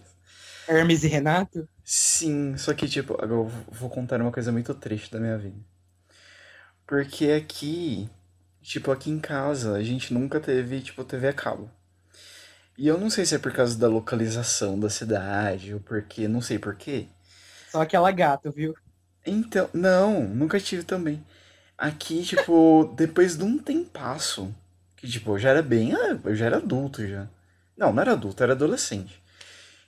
[SPEAKER 2] Hermes e Renato.
[SPEAKER 1] Sim, só que, tipo, agora eu vou contar uma coisa muito triste da minha vida. Porque aqui, tipo, aqui em casa, a gente nunca teve, tipo, TV a cabo. E eu não sei se é por causa da localização da cidade, ou porque, não sei porquê.
[SPEAKER 2] Só aquela gata, viu?
[SPEAKER 1] Então, não, nunca tive também. Aqui, tipo, depois de um tempasso, que, tipo, eu já era bem, ah, eu já era adulto já. Não, não era adulto, era adolescente.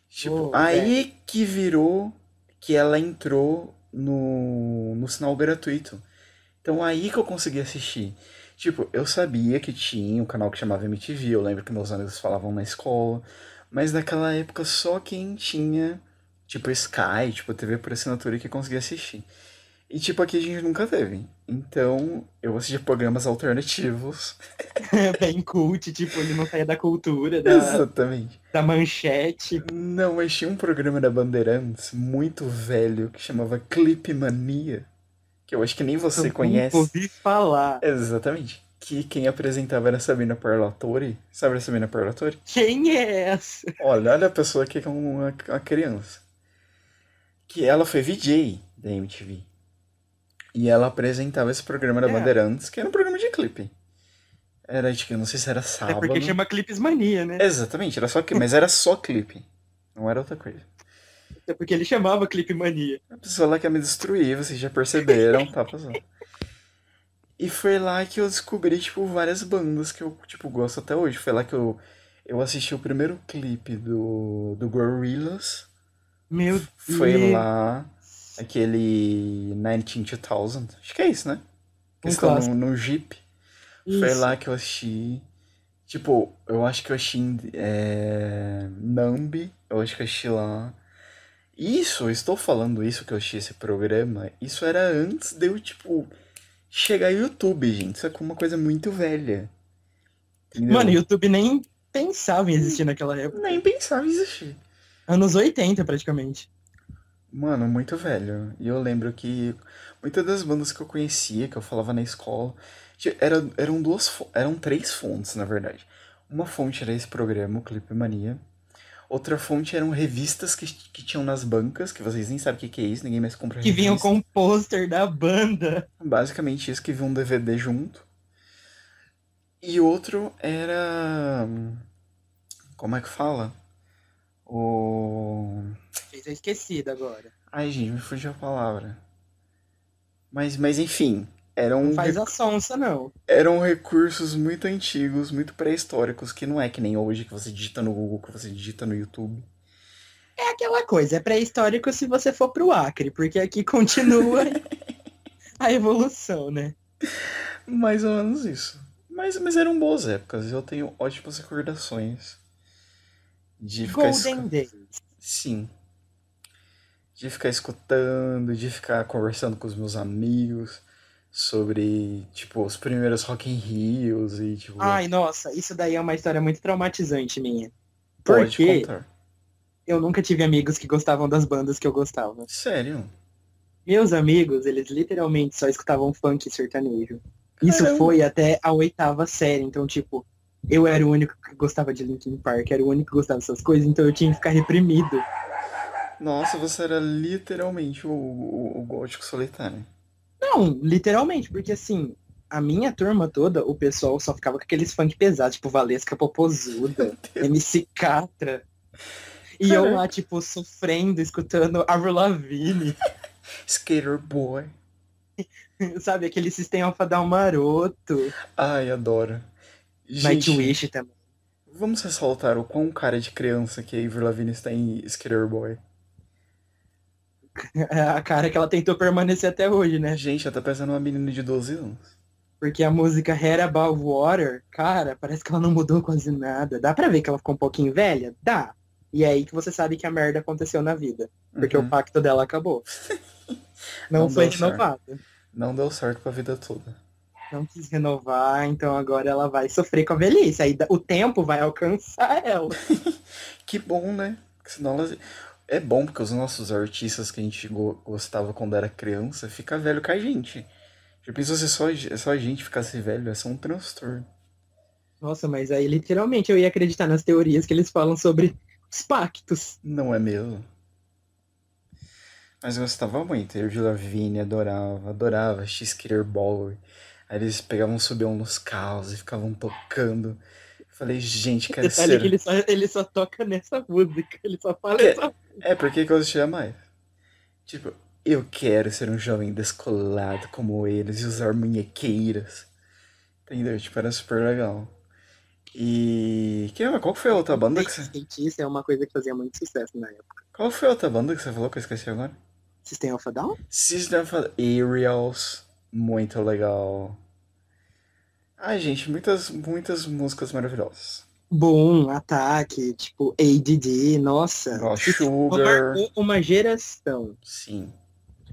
[SPEAKER 1] Tipo,
[SPEAKER 2] Ô,
[SPEAKER 1] aí que virou que ela entrou no, no sinal gratuito. Então aí que eu consegui assistir. Tipo, eu sabia que tinha um canal que chamava MTV, eu lembro que meus amigos falavam na escola, mas naquela época só quem tinha, tipo, Sky, tipo, TV por assinatura que conseguia assistir. E tipo, aqui a gente nunca teve. Então, eu assistia programas alternativos.
[SPEAKER 2] Bem cult, tipo, ele não saía da cultura, da,
[SPEAKER 1] Exatamente.
[SPEAKER 2] da manchete.
[SPEAKER 1] Não, mas tinha um programa da Bandeirantes muito velho que chamava Clipe Mania, que eu acho que nem você
[SPEAKER 2] Eu
[SPEAKER 1] conhece.
[SPEAKER 2] então, nunca ouvi falar.
[SPEAKER 1] Exatamente. Que quem apresentava era a Sabina Parlatore. Sabe a Sabina Parlatore?
[SPEAKER 2] Quem é essa?
[SPEAKER 1] Olha, olha a pessoa aqui que é uma, uma criança. Que ela foi VJ da MTV. E ela apresentava esse programa da
[SPEAKER 2] É.
[SPEAKER 1] Bandeirantes, que era um programa de clipe. Era, acho que, eu não sei se era
[SPEAKER 2] É
[SPEAKER 1] sábado.
[SPEAKER 2] porque chama Clipes Mania, né?
[SPEAKER 1] Exatamente, era só clipe, mas era só clipe. Não era outra coisa.
[SPEAKER 2] É porque ele chamava Clipe Mania.
[SPEAKER 1] A pessoa lá quer me destruir, vocês já perceberam, tá, pessoal? E foi lá que eu descobri, tipo, várias bandas que eu, tipo, gosto até hoje. Foi lá que eu, eu assisti o primeiro clipe do, do Gorillaz.
[SPEAKER 2] Meu
[SPEAKER 1] Foi
[SPEAKER 2] Deus.
[SPEAKER 1] lá, aquele 19200, acho que é isso, né? Que
[SPEAKER 2] Um
[SPEAKER 1] estão no,
[SPEAKER 2] clássico.
[SPEAKER 1] no Jeep. Foi
[SPEAKER 2] Isso.
[SPEAKER 1] lá que eu assisti, tipo, eu acho que eu assisti é, Nambi, eu acho que eu assisti lá. Isso, eu estou falando isso que eu assisti esse programa, isso era antes de eu, tipo, chegar no YouTube, gente. Isso é uma coisa muito velha. Entendeu?
[SPEAKER 2] Mano, o YouTube nem pensava em existir naquela época.
[SPEAKER 1] Nem pensava em existir.
[SPEAKER 2] Anos 80, praticamente.
[SPEAKER 1] Mano, muito velho. E eu lembro que muitas das bandas que eu conhecia, que eu falava na escola, ti- era, eram duas, fo- eram três fontes, na verdade. Uma fonte era esse programa, o Clipe Mania. Outra fonte eram revistas que, que tinham nas bancas, que vocês nem sabem o que, que é isso, ninguém mais compra
[SPEAKER 2] Que vinham
[SPEAKER 1] revista.
[SPEAKER 2] com o pôster da banda.
[SPEAKER 1] Basicamente isso, que vinha um DVD junto. E outro era. hum, Como é que fala? O.
[SPEAKER 2] Fez a esquecida agora.
[SPEAKER 1] Ai, gente, me fugiu a palavra. Mas, mas enfim, eram,
[SPEAKER 2] Não faz a sonsa, não.
[SPEAKER 1] eram recursos muito antigos, muito pré-históricos, que não é que nem hoje que você digita no Google, que você digita no YouTube.
[SPEAKER 2] É aquela coisa, é pré-histórico se você for pro Acre, porque aqui continua a evolução, né?
[SPEAKER 1] Mais ou menos isso. Mas, mas eram boas épocas, eu tenho ótimas recordações de ficar escu-
[SPEAKER 2] Golden Days.
[SPEAKER 1] Sim. De ficar escutando, de ficar conversando com os meus amigos sobre, tipo, os primeiros Rock in Rios e, tipo,
[SPEAKER 2] Ai, nossa, isso daí é uma história muito traumatizante minha.
[SPEAKER 1] pode
[SPEAKER 2] Porque
[SPEAKER 1] contar.
[SPEAKER 2] eu nunca tive amigos que gostavam das bandas que eu gostava.
[SPEAKER 1] Sério?
[SPEAKER 2] Meus amigos, eles literalmente só escutavam funk e sertanejo. Isso
[SPEAKER 1] Caramba.
[SPEAKER 2] foi até a oitava série, então, tipo, eu era o único que gostava de Linkin Park, era o único que gostava dessas coisas, então eu tinha que ficar reprimido.
[SPEAKER 1] Nossa, você era literalmente o, o, o gótico solitário.
[SPEAKER 2] Não, literalmente, porque assim, a minha turma toda, o pessoal só ficava com aqueles funk pesados, tipo Valesca Popozuda, MC Catra. E eu lá, tipo, sofrendo, escutando Avril Lavigne.
[SPEAKER 1] Skater boy.
[SPEAKER 2] Sabe, aquele sistema fadal maroto.
[SPEAKER 1] Ai, adoro. Gente,
[SPEAKER 2] Nightwish também.
[SPEAKER 1] vamos ressaltar o quão cara de criança que a Avril Lavigne está em Skater boy.
[SPEAKER 2] É a cara que ela tentou permanecer até hoje, né?
[SPEAKER 1] Gente, ela tá parecendo uma menina de 12 anos.
[SPEAKER 2] Porque a música Head Above Water, cara, parece que ela não mudou quase nada. Dá pra ver que ela ficou um pouquinho velha? Dá. E é aí que você sabe que a merda aconteceu na vida. Porque
[SPEAKER 1] Uhum.
[SPEAKER 2] o pacto dela acabou. Não,
[SPEAKER 1] Não
[SPEAKER 2] foi
[SPEAKER 1] deu certo.
[SPEAKER 2] renovado.
[SPEAKER 1] Não deu certo pra vida toda.
[SPEAKER 2] Não quis renovar, então agora ela vai sofrer com a velhice. Aí da- o tempo vai alcançar ela.
[SPEAKER 1] Que bom, né? Porque senão elas... É bom porque os nossos artistas que a gente go- gostava quando era criança fica velho com a gente. Já pensou se só, a ge- só a gente ficasse velho? Ia ser um transtorno.
[SPEAKER 2] Nossa, mas aí literalmente eu ia acreditar nas teorias que eles falam sobre os pactos.
[SPEAKER 1] Não é mesmo? Mas eu gostava muito. Eu de Lavigne adorava, adorava X-Killer Ball. Aí eles pegavam, subiam nos carros e ficavam tocando. Falei, gente, quero
[SPEAKER 2] Detalhe é
[SPEAKER 1] ser.
[SPEAKER 2] que ele só, ele só toca nessa música. Ele só fala
[SPEAKER 1] Que-
[SPEAKER 2] essa
[SPEAKER 1] É, porque que eu assistia mais? Tipo, eu quero ser um jovem descolado como eles e usar munhequeiras. Entendeu? Tipo, era super legal. E. Que, qual que foi a outra banda que você.
[SPEAKER 2] Skatista é uma coisa que fazia muito sucesso na época.
[SPEAKER 1] Qual foi a outra banda que você falou que eu esqueci agora?
[SPEAKER 2] System of a Down?
[SPEAKER 1] System of a- Aerials. Muito legal. Ai, gente, muitas, muitas músicas maravilhosas.
[SPEAKER 2] Boom, Ataque, tipo, ADD, nossa.
[SPEAKER 1] Ó,
[SPEAKER 2] Isso
[SPEAKER 1] Sugar.
[SPEAKER 2] marcou uma geração.
[SPEAKER 1] Sim.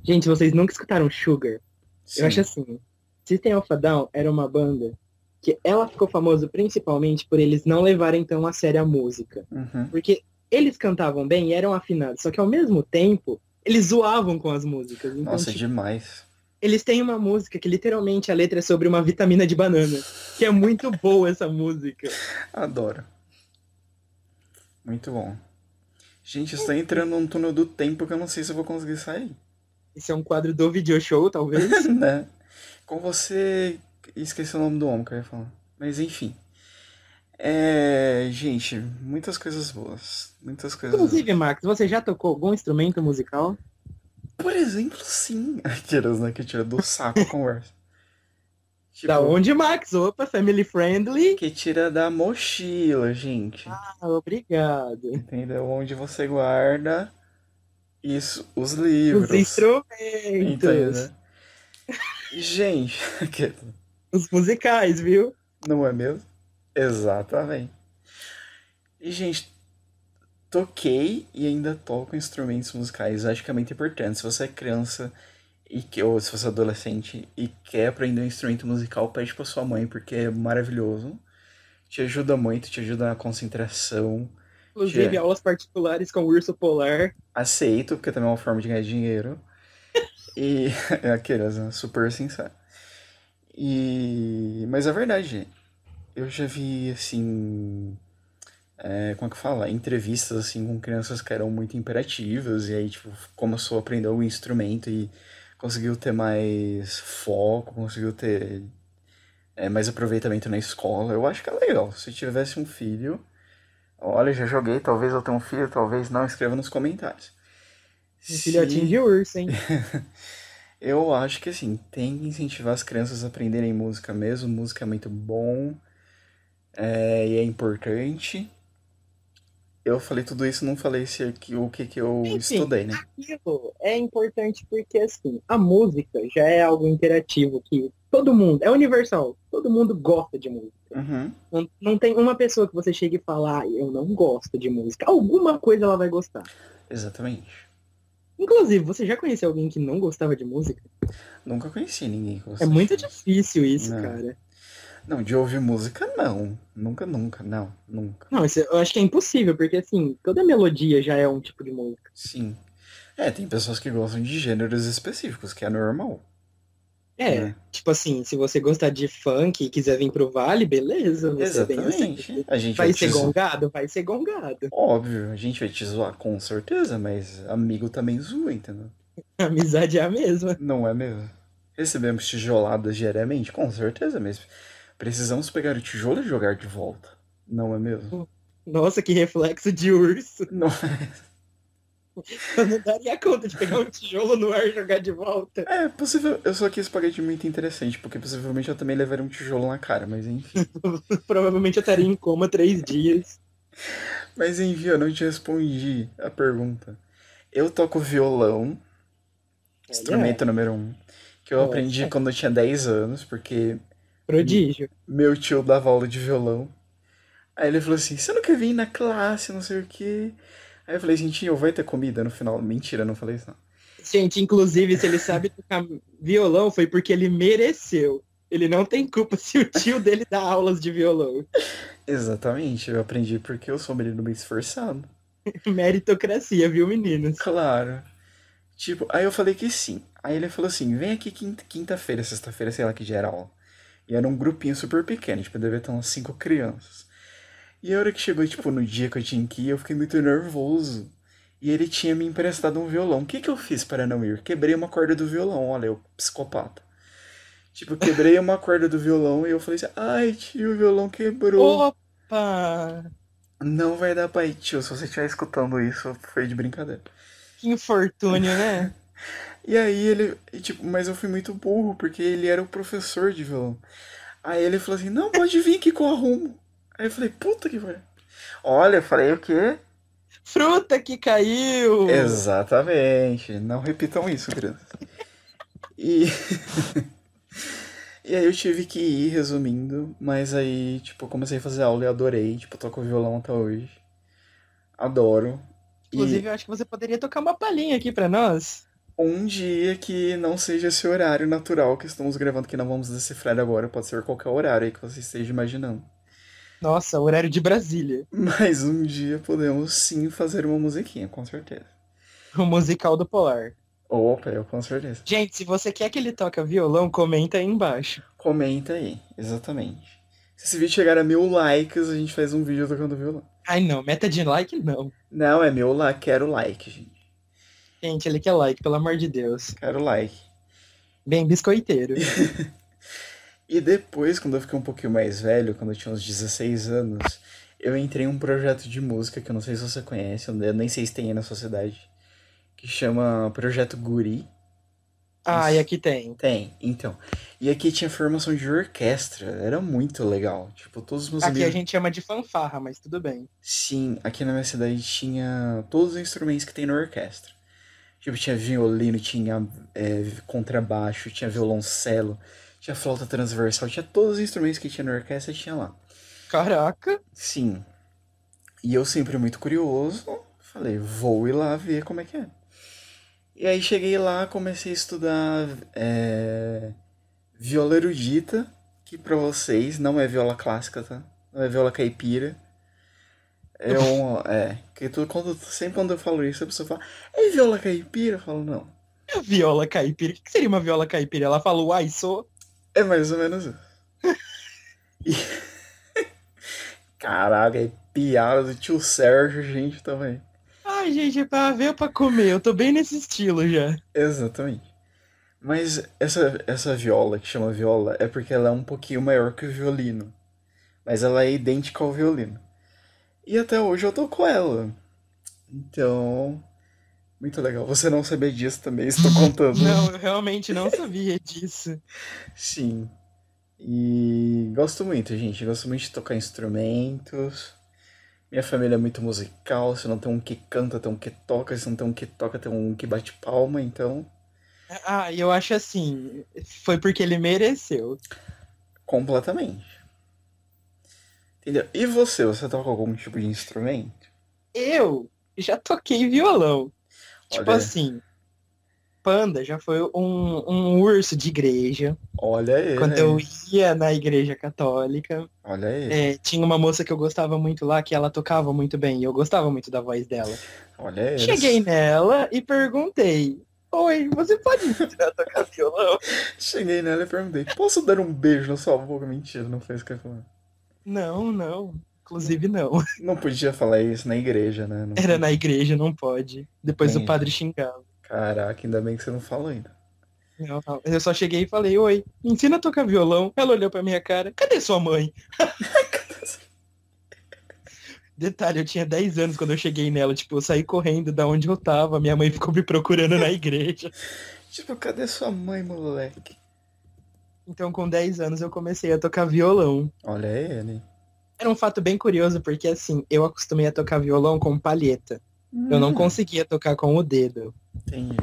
[SPEAKER 2] Gente, vocês nunca escutaram Sugar?
[SPEAKER 1] sim.
[SPEAKER 2] Eu acho assim, System of a Down era uma banda que ela ficou famosa principalmente por eles não levarem tão a sério a música.
[SPEAKER 1] Uhum.
[SPEAKER 2] Porque eles cantavam bem e eram afinados, só que ao mesmo tempo, eles zoavam com as músicas. Então,
[SPEAKER 1] Nossa, é
[SPEAKER 2] tipo,
[SPEAKER 1] demais.
[SPEAKER 2] Eles têm uma música que literalmente a letra é sobre uma vitamina de banana. Que é muito boa essa música.
[SPEAKER 1] Adoro. Muito bom. Gente, estou entrando num túnel do tempo que eu não sei se eu vou conseguir sair.
[SPEAKER 2] Esse é um quadro do video show, talvez.
[SPEAKER 1] né? Com você. Esqueci o nome do homem que eu ia falar. Mas enfim. É. Gente, muitas coisas boas. Muitas coisas boas.
[SPEAKER 2] Inclusive, Max, você já tocou algum instrumento musical?
[SPEAKER 1] Por exemplo, sim. Aquelas, né? Que tira do saco a conversa. Tipo,
[SPEAKER 2] Da onde, Max? Opa, family friendly.
[SPEAKER 1] Que tira da mochila, gente.
[SPEAKER 2] Ah, obrigado.
[SPEAKER 1] Entendeu? Onde você guarda isso, os
[SPEAKER 2] Os
[SPEAKER 1] livros. Então, Entendeu?
[SPEAKER 2] instrumentos.
[SPEAKER 1] Gente, que-
[SPEAKER 2] Os musicais, viu?
[SPEAKER 1] não é mesmo? Exatamente. E, gente, toquei e ainda toco instrumentos musicais. Acho que é muito importante. Se você é criança e que, ou se você é adolescente e quer aprender um instrumento musical, pede pra sua mãe, porque é maravilhoso. Te ajuda muito, te ajuda na concentração.
[SPEAKER 2] Inclusive,
[SPEAKER 1] Que é?
[SPEAKER 2] aulas particulares com o urso polar.
[SPEAKER 1] aceito, porque também é uma forma de ganhar dinheiro. E é aqueles, né? Super sincero. E... Mas é verdade. Eu já vi, assim... é, como é que fala? Entrevistas, assim, com crianças que eram muito imperativas. E aí, tipo, começou a aprender algum instrumento e conseguiu ter mais foco, conseguiu ter é, mais aproveitamento na escola. Eu acho que é legal. Se tivesse um filho... Olha, já joguei, talvez eu tenha um filho, talvez não, escreva nos comentários.
[SPEAKER 2] Um
[SPEAKER 1] Se-
[SPEAKER 2] filhotinho de urso, hein?
[SPEAKER 1] Eu acho que assim, tem que incentivar as crianças a aprenderem música mesmo, música é muito bom é, e é importante. Eu falei tudo isso, não falei se aqui, o que, que eu
[SPEAKER 2] Enfim.
[SPEAKER 1] estudei, né?
[SPEAKER 2] aquilo é importante porque assim, a música já é algo interativo que todo mundo, é universal, todo mundo gosta de música.
[SPEAKER 1] Uhum.
[SPEAKER 2] Não, não tem uma pessoa que você chega e fala, ah, eu não gosto de música. Alguma coisa ela vai gostar.
[SPEAKER 1] Exatamente.
[SPEAKER 2] Inclusive, você já conheceu alguém que não gostava de música?
[SPEAKER 1] Nunca conheci ninguém que
[SPEAKER 2] É
[SPEAKER 1] gostasse
[SPEAKER 2] muito
[SPEAKER 1] de música.
[SPEAKER 2] difícil isso,
[SPEAKER 1] Não.
[SPEAKER 2] cara.
[SPEAKER 1] Não, de ouvir música não. Nunca, nunca, não, nunca.
[SPEAKER 2] Não, isso eu acho que é impossível, porque assim, toda melodia já é um tipo de música.
[SPEAKER 1] Sim. É, tem pessoas que gostam de gêneros específicos, que é normal.
[SPEAKER 2] É,
[SPEAKER 1] É.
[SPEAKER 2] tipo assim, se você gostar de funk e quiser vir pro Vale, beleza. Você vem assim.
[SPEAKER 1] Exatamente. A gente
[SPEAKER 2] Vai
[SPEAKER 1] vai
[SPEAKER 2] ser
[SPEAKER 1] te zoar.
[SPEAKER 2] gongado? Vai ser gongado.
[SPEAKER 1] Óbvio, a gente vai te zoar com certeza, mas amigo também zoa, entendeu?
[SPEAKER 2] A amizade é a mesma.
[SPEAKER 1] Não é mesmo? Recebemos tijoladas diariamente, com certeza mesmo. Precisamos pegar o tijolo e jogar de volta. Não é mesmo?
[SPEAKER 2] Nossa, que reflexo de urso.
[SPEAKER 1] Não é.
[SPEAKER 2] Eu não daria conta de pegar um tijolo no ar e jogar de volta.
[SPEAKER 1] é possível. Eu só quis pagar de muito interessante, porque possivelmente eu também levaria um tijolo na cara, mas enfim.
[SPEAKER 2] Provavelmente eu estaria em coma três dias.
[SPEAKER 1] Mas enfim, eu não te respondi a pergunta. Eu toco violão, instrumento número um, que eu
[SPEAKER 2] É. Nossa.
[SPEAKER 1] aprendi quando eu tinha 10 anos, porque
[SPEAKER 2] É, prodígio.
[SPEAKER 1] meu tio dava aula de violão. Aí ele falou assim: Você não quer vir na classe, não sei o quê. Aí eu falei assim: Tio, vai ter comida no final. Mentira, eu não falei isso não.
[SPEAKER 2] Gente, inclusive, se ele sabe tocar violão, foi porque ele mereceu. Ele não tem culpa se o tio dele dá aulas de violão.
[SPEAKER 1] Exatamente, eu aprendi porque eu sou um menino bem esforçado.
[SPEAKER 2] Meritocracia, viu, meninos?
[SPEAKER 1] Claro. Tipo, aí eu falei que sim. Aí ele falou assim: Vem aqui quinta- quinta-feira, sexta-feira, sei lá que dia era aula. E era um grupinho super pequeno, tipo, devia ter umas cinco crianças. E a hora que chegou, tipo, no dia que eu tinha que ir, eu fiquei muito nervoso. E ele tinha me emprestado um violão. O que que eu fiz para não ir? Quebrei uma corda do violão, olha, eu psicopata. Tipo, quebrei uma corda do violão e eu falei assim: ai, tio, o violão quebrou.
[SPEAKER 2] Opa!
[SPEAKER 1] Não vai dar pra ir, tio. Se você estiver escutando isso, foi de brincadeira.
[SPEAKER 2] Que infortúnio, né?
[SPEAKER 1] E aí ele, e, tipo, mas eu fui muito burro, porque ele era o professor de violão. Aí ele falou assim, não, pode vir aqui que eu arrumo. Aí eu falei, puta que pariu. Olha, eu falei o quê?
[SPEAKER 2] Fruta que caiu!
[SPEAKER 1] É, Exatamente. Não repitam isso, crianças. E... e aí eu tive que ir resumindo, mas aí, tipo, eu comecei a fazer aula e adorei. Tipo, eu toco violão até hoje. Adoro. E-
[SPEAKER 2] Inclusive, eu acho que você poderia tocar uma palhinha aqui pra nós.
[SPEAKER 1] um dia que não seja esse horário natural que estamos gravando, que não vamos decifrar agora, pode ser qualquer horário aí que você esteja imaginando.
[SPEAKER 2] Nossa, horário de Brasília.
[SPEAKER 1] Mas um dia podemos sim fazer uma musiquinha, com certeza.
[SPEAKER 2] O musical do Polar.
[SPEAKER 1] Opa, eu com certeza.
[SPEAKER 2] Gente, se você quer que ele toque violão, comenta aí embaixo.
[SPEAKER 1] Comenta aí, exatamente. Se esse vídeo chegar a mil likes, a gente faz um vídeo tocando violão.
[SPEAKER 2] Ai não, meta de like não.
[SPEAKER 1] Não, é mil lá, quero like, gente.
[SPEAKER 2] Gente, ele quer like, pelo amor de Deus.
[SPEAKER 1] Quero like.
[SPEAKER 2] Bem biscoiteiro.
[SPEAKER 1] E depois, quando eu fiquei um pouquinho mais velho, quando eu tinha uns 16 anos, eu entrei em um projeto de música que eu não sei se você conhece, eu nem sei se tem aí na sua cidade, que chama Projeto Guri.
[SPEAKER 2] Ah, e aqui tem.
[SPEAKER 1] Tem, então. E aqui tinha formação de orquestra, era muito legal. Tipo, todos os meus
[SPEAKER 2] Aqui a
[SPEAKER 1] amigos.
[SPEAKER 2] gente chama de fanfarra, mas tudo bem.
[SPEAKER 1] Sim, aqui na minha cidade tinha todos os instrumentos que tem na orquestra. Tipo, tinha violino, tinha é, contrabaixo, tinha violoncelo, tinha flauta transversal, tinha todos os instrumentos que tinha na orquestra, tinha lá.
[SPEAKER 2] Caraca,
[SPEAKER 1] Sim. E eu sempre muito curioso, falei, vou ir lá ver como é que é. E aí cheguei lá, comecei a estudar é, viola erudita, que pra vocês não é viola clássica, tá? Não é viola caipira. É um. É. Que tu, quando, sempre quando eu falo isso, a pessoa fala, é viola caipira? Eu falo, não.
[SPEAKER 2] viola caipira. O que seria uma viola caipira? Ela fala uai, sou.
[SPEAKER 1] É mais ou menos isso. E- Caraca, é piada do tio Sérgio, gente, também.
[SPEAKER 2] Ai, gente, é pra ver ou pra comer? Eu tô bem nesse estilo já.
[SPEAKER 1] Exatamente. Mas essa, essa viola, que chama viola, é porque ela é um pouquinho maior que o violino. Mas ela é idêntica ao violino. E até hoje eu tô com ela. Então. Muito legal. Você não sabia disso também, estou contando.
[SPEAKER 2] Não, eu realmente não sabia disso.
[SPEAKER 1] Sim. E gosto muito, gente. Gosto muito de tocar instrumentos. Minha família é muito musical. Se não tem um que canta, tem um que toca. Se não tem um que toca, tem um que bate palma. Então,
[SPEAKER 2] Ah, e eu acho assim, foi porque ele mereceu.
[SPEAKER 1] completamente. Entendeu? E você? Você toca algum tipo de instrumento?
[SPEAKER 2] Eu já toquei violão. Tipo
[SPEAKER 1] Olha.
[SPEAKER 2] assim, Panda já foi um, um urso de igreja.
[SPEAKER 1] Olha ele.
[SPEAKER 2] Quando eu ia na igreja católica,
[SPEAKER 1] Olha ele.
[SPEAKER 2] é, tinha uma moça que eu gostava muito lá, que ela tocava muito bem, e eu gostava muito da voz dela.
[SPEAKER 1] Olha ele.
[SPEAKER 2] Cheguei nela e perguntei, Oi, você pode me ensinar a tocar violão?
[SPEAKER 1] Cheguei nela e perguntei, posso dar um beijo na sua boca? Mentira, não foi isso que eu ia falar.
[SPEAKER 2] Não, não. Inclusive, não.
[SPEAKER 1] Não podia falar isso na igreja, né? Não-
[SPEAKER 2] Era na igreja, não pode. Depois
[SPEAKER 1] Sim.
[SPEAKER 2] o padre xingava.
[SPEAKER 1] Caraca, ainda bem que você não falou ainda.
[SPEAKER 2] Não, não. Eu só cheguei e falei, oi, me ensina a tocar violão. Ela olhou pra minha cara, cadê sua mãe? Detalhe, eu tinha 10 anos quando eu cheguei nela, tipo, eu saí correndo da onde eu tava, minha mãe ficou me procurando na igreja.
[SPEAKER 1] Tipo, cadê sua mãe, moleque?
[SPEAKER 2] Então, com 10 anos, eu comecei a tocar violão.
[SPEAKER 1] Olha ele.
[SPEAKER 2] Era um fato bem curioso, porque assim, eu acostumei a tocar violão com palheta. Eu não
[SPEAKER 1] Hum,
[SPEAKER 2] conseguia tocar com o dedo.
[SPEAKER 1] Entendi.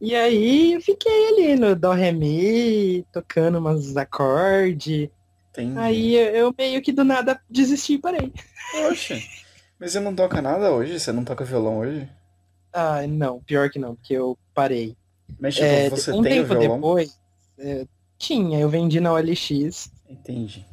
[SPEAKER 2] E aí eu fiquei ali no Dó Ré Mi, tocando umas acordes.
[SPEAKER 1] Entendi.
[SPEAKER 2] Aí eu meio que do nada desisti e parei.
[SPEAKER 1] Poxa. Mas você não toca nada hoje? Você não toca violão hoje?
[SPEAKER 2] Ah, não, pior que não, porque eu parei.
[SPEAKER 1] Mas tipo,
[SPEAKER 2] É,
[SPEAKER 1] você
[SPEAKER 2] um
[SPEAKER 1] tem o
[SPEAKER 2] tempo
[SPEAKER 1] violão?
[SPEAKER 2] depois, é, tinha, eu vendi na OLX,
[SPEAKER 1] Entendi.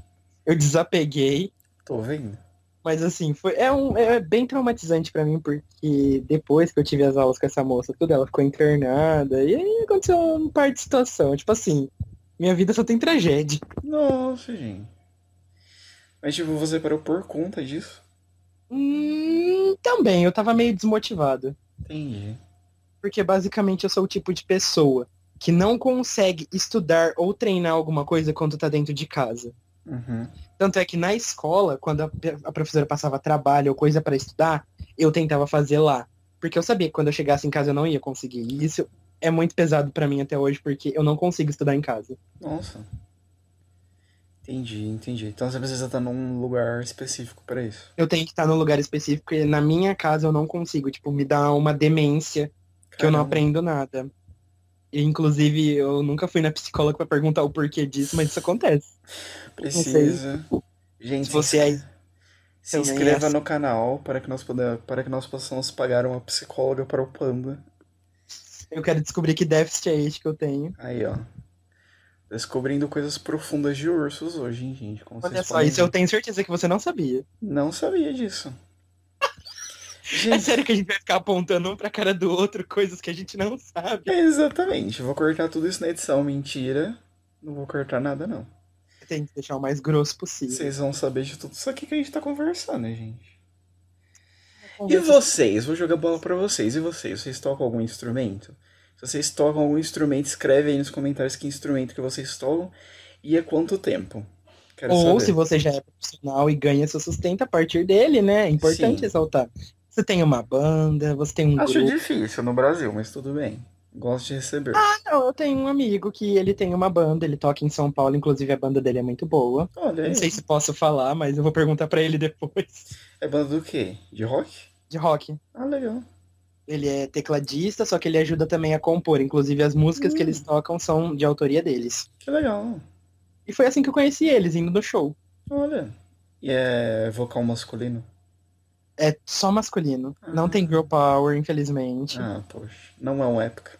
[SPEAKER 2] eu desapeguei,
[SPEAKER 1] Tô vendo.
[SPEAKER 2] mas assim, foi é, um, é bem traumatizante pra mim, porque depois que eu tive as aulas com essa moça, tudo, ela ficou internada, e aí aconteceu um par de situação, tipo assim, minha vida só tem tragédia.
[SPEAKER 1] Nossa, gente. Mas tipo, você parou por conta disso?
[SPEAKER 2] Hum, também, eu tava meio desmotivado.
[SPEAKER 1] Entendi.
[SPEAKER 2] Porque basicamente eu sou o tipo de pessoa que não consegue estudar ou treinar alguma coisa quando tá dentro de casa.
[SPEAKER 1] Uhum.
[SPEAKER 2] Tanto é que na escola, quando a, a professora passava trabalho ou coisa pra estudar, eu tentava fazer lá. Porque eu sabia que quando eu chegasse em casa eu não ia conseguir. E isso é muito pesado pra mim até hoje, porque eu não consigo estudar em casa.
[SPEAKER 1] Nossa. Entendi, entendi. Então você precisa estar num lugar específico pra isso.
[SPEAKER 2] Eu tenho que estar num lugar específico e na minha casa eu não consigo. Tipo, me dá uma demência que eu não
[SPEAKER 1] Caramba.
[SPEAKER 2] aprendo nada. E, inclusive, eu nunca fui na psicóloga pra perguntar o porquê disso, mas isso acontece.
[SPEAKER 1] Precisa. Gente,
[SPEAKER 2] Se você
[SPEAKER 1] se
[SPEAKER 2] é
[SPEAKER 1] inscre- se
[SPEAKER 2] também
[SPEAKER 1] inscreva
[SPEAKER 2] é-
[SPEAKER 1] no canal para que nós poder, para que nós possamos pagar uma psicóloga para o Panda.
[SPEAKER 2] Eu quero descobrir que déficit é este que eu tenho.
[SPEAKER 1] Aí, ó. Descobrindo coisas profundas de ursos hoje, hein, gente? Como
[SPEAKER 2] Olha
[SPEAKER 1] vocês
[SPEAKER 2] só,
[SPEAKER 1] podem
[SPEAKER 2] isso
[SPEAKER 1] ver.
[SPEAKER 2] eu tenho certeza que você não sabia.
[SPEAKER 1] Não sabia disso.
[SPEAKER 2] É
[SPEAKER 1] Gente,
[SPEAKER 2] sério que a gente vai ficar apontando um pra cara do outro coisas que a gente não sabe.
[SPEAKER 1] exatamente. Vou cortar tudo isso na edição. Mentira. Não vou cortar nada, não.
[SPEAKER 2] Tem que deixar o mais grosso possível.
[SPEAKER 1] Vocês vão saber de tudo isso aqui que a gente tá conversando, né, gente? E
[SPEAKER 2] Conversa-
[SPEAKER 1] vocês? Vou jogar bola pra vocês. E vocês? Vocês tocam algum instrumento? Se vocês tocam algum instrumento, escreve aí nos comentários que instrumento que vocês tocam e há quanto tempo. Quero
[SPEAKER 2] Ou
[SPEAKER 1] saber.
[SPEAKER 2] se você já é profissional e ganha seu sustento a partir dele, né? É importante
[SPEAKER 1] Sim.
[SPEAKER 2] ressaltar. Você tem uma banda, você tem um
[SPEAKER 1] Acho
[SPEAKER 2] grupo.
[SPEAKER 1] difícil no Brasil, mas tudo bem. Gosto de receber.
[SPEAKER 2] Não, eu tenho um amigo que ele tem uma banda, ele toca em São Paulo, inclusive a banda dele é muito boa.
[SPEAKER 1] Olha aí.
[SPEAKER 2] Não sei se posso falar, mas eu vou perguntar pra ele depois.
[SPEAKER 1] É banda do quê? De rock?
[SPEAKER 2] De rock.
[SPEAKER 1] Ah, legal.
[SPEAKER 2] Ele é tecladista, só que ele ajuda também a compor. Inclusive, as músicas que
[SPEAKER 1] Hum.
[SPEAKER 2] eles tocam são de autoria deles.
[SPEAKER 1] Que legal.
[SPEAKER 2] E foi assim que eu conheci eles, indo no show.
[SPEAKER 1] Olha. E é vocal masculino?
[SPEAKER 2] É só masculino.
[SPEAKER 1] Ah.
[SPEAKER 2] Não tem girl power, infelizmente.
[SPEAKER 1] Ah, poxa. Não é um época.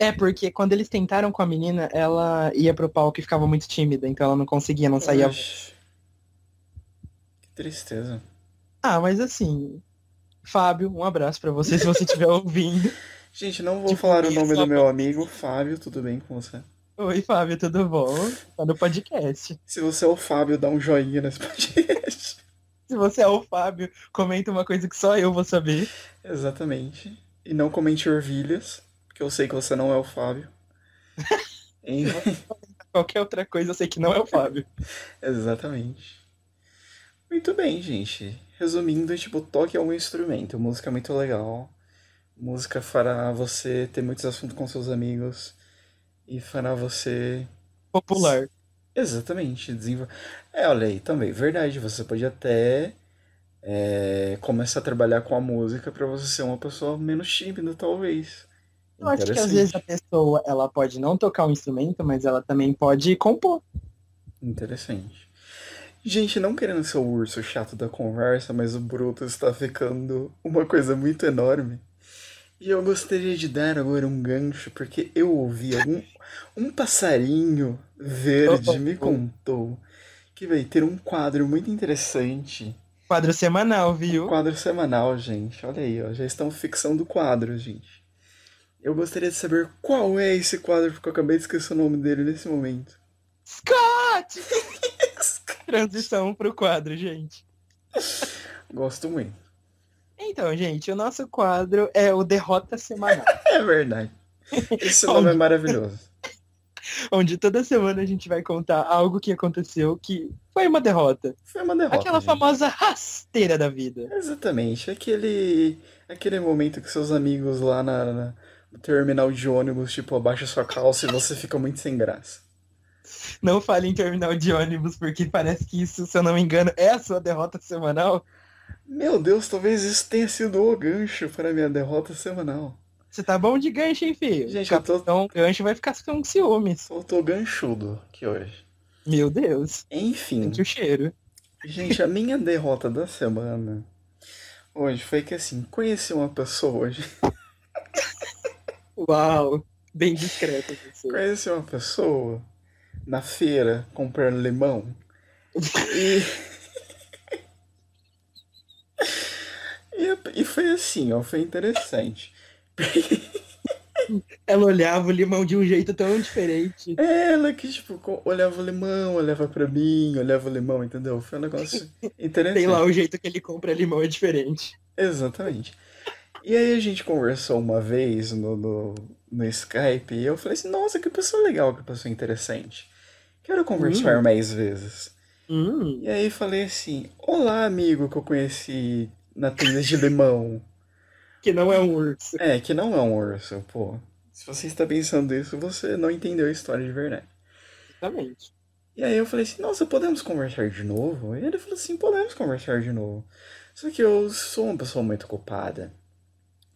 [SPEAKER 2] É porque quando eles tentaram com a menina, ela ia pro palco e ficava muito tímida, então ela não conseguia, não saía.
[SPEAKER 1] Oxe. Que tristeza.
[SPEAKER 2] Ah, mas assim. Fábio, um abraço pra você se você estiver ouvindo.
[SPEAKER 1] Gente, não vou
[SPEAKER 2] Tipo,
[SPEAKER 1] falar o
[SPEAKER 2] minha
[SPEAKER 1] nome do
[SPEAKER 2] sua
[SPEAKER 1] meu amigo, Fábio, tudo bem com você?
[SPEAKER 2] Oi, Fábio, tudo bom? Tá no podcast.
[SPEAKER 1] Se você é o Fábio, dá um joinha nesse podcast.
[SPEAKER 2] Se você é o Fábio, comenta uma coisa que só eu vou saber.
[SPEAKER 1] Exatamente. E não comente ervilhas, porque eu sei que você não é o Fábio. Enfim,
[SPEAKER 2] Qualquer outra coisa eu sei que não é o Fábio.
[SPEAKER 1] Exatamente. Muito bem, gente. Resumindo, é tipo, toque algum instrumento. Música é muito legal. Música fará você ter muitos assuntos com seus amigos. E fará você
[SPEAKER 2] Popular.
[SPEAKER 1] Exatamente, desenvol... É, olha aí, também, verdade, você pode até é, começar a trabalhar com a música para você ser uma pessoa menos tímida, talvez.
[SPEAKER 2] Eu acho que às vezes a pessoa ela pode não tocar um instrumento, mas ela também pode compor.
[SPEAKER 1] Interessante. Gente, não querendo ser o urso chato da conversa, mas o Bruto está ficando uma coisa muito enorme. E eu gostaria de dar agora um gancho, porque eu ouvi algum, um passarinho
[SPEAKER 2] Oh,
[SPEAKER 1] verde me contou que vai ter um quadro muito interessante.
[SPEAKER 2] Quadro semanal, viu?
[SPEAKER 1] Quadro semanal, gente. Olha aí, ó. Já estão fixando o quadro, gente. Eu gostaria de saber qual é esse quadro, porque eu acabei de esquecer o nome dele nesse momento.
[SPEAKER 2] Scott! Transição pro quadro, gente.
[SPEAKER 1] Gosto muito.
[SPEAKER 2] Então, gente, o nosso quadro é o Derrota Semanal,
[SPEAKER 1] É verdade. Esse nome é maravilhoso.
[SPEAKER 2] onde toda semana a gente vai contar algo que aconteceu que foi uma derrota.
[SPEAKER 1] Foi uma derrota.
[SPEAKER 2] Aquela
[SPEAKER 1] gente.
[SPEAKER 2] famosa rasteira da vida.
[SPEAKER 1] Exatamente. Aquele, aquele momento que seus amigos lá na, na- no terminal de ônibus, tipo, abaixa sua calça e você fica muito sem graça.
[SPEAKER 2] Não fale em terminal de ônibus, porque parece que isso, se eu não me engano, é a sua derrota semanal.
[SPEAKER 1] Meu Deus, talvez isso tenha sido o gancho para minha derrota semanal.
[SPEAKER 2] Você tá bom de gancho, hein, filho?
[SPEAKER 1] Gente, eu tô,
[SPEAKER 2] Então, o gancho vai ficar com ciúmes.
[SPEAKER 1] eu tô ganchudo aqui hoje.
[SPEAKER 2] Meu Deus.
[SPEAKER 1] Enfim.
[SPEAKER 2] Sente o cheiro.
[SPEAKER 1] Gente, a minha derrota da semana hoje foi que assim, conheci uma pessoa hoje.
[SPEAKER 2] Uau. Bem discreto você.
[SPEAKER 1] Conheci uma pessoa na feira comprando limão. E. E, a- e foi assim, ó, foi interessante.
[SPEAKER 2] Ela olhava o limão de um jeito tão diferente.
[SPEAKER 1] Ela que, tipo, co- olhava o limão, olhava pra mim, olhava o limão, entendeu? Foi um negócio interessante.
[SPEAKER 2] Sei lá, o jeito que ele compra limão é diferente.
[SPEAKER 1] Exatamente. E aí a gente conversou uma vez no, no, no Skype e eu falei assim, nossa, que pessoa legal, que pessoa interessante. Quero conversar mais vezes.
[SPEAKER 2] Hum.
[SPEAKER 1] E aí falei assim, olá amigo que eu conheci na tenda de limão.
[SPEAKER 2] Que não é um urso.
[SPEAKER 1] É, que não é um urso, pô. Se você está pensando isso, você não entendeu a história de verdade.
[SPEAKER 2] Exatamente.
[SPEAKER 1] E aí eu falei assim, nossa, podemos conversar de novo? E ele falou assim, podemos conversar de novo. Só que eu sou uma pessoa muito ocupada.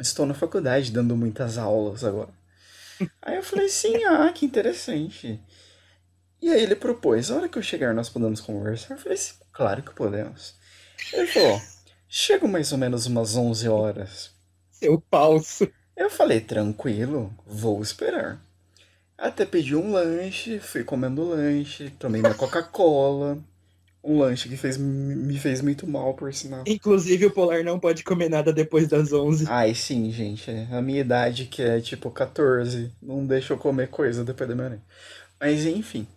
[SPEAKER 1] Estou na faculdade dando muitas aulas agora. Aí eu falei assim, ah, que interessante. E aí ele propôs, a hora que eu chegar nós podemos conversar? Eu falei assim, claro que podemos. Ele falou, chego mais ou menos umas 11 horas.
[SPEAKER 2] Seu falso.
[SPEAKER 1] Eu falei, tranquilo, vou esperar. Até pedi um lanche, fui comendo lanche, tomei minha Coca-Cola. Um lanche que fez, me fez muito mal, por sinal.
[SPEAKER 2] Inclusive, o polar não pode comer nada depois das 11.
[SPEAKER 1] Ai, sim, gente, é a minha idade, que é tipo 14, não deixa eu comer coisa depois da minha noite. Mas enfim,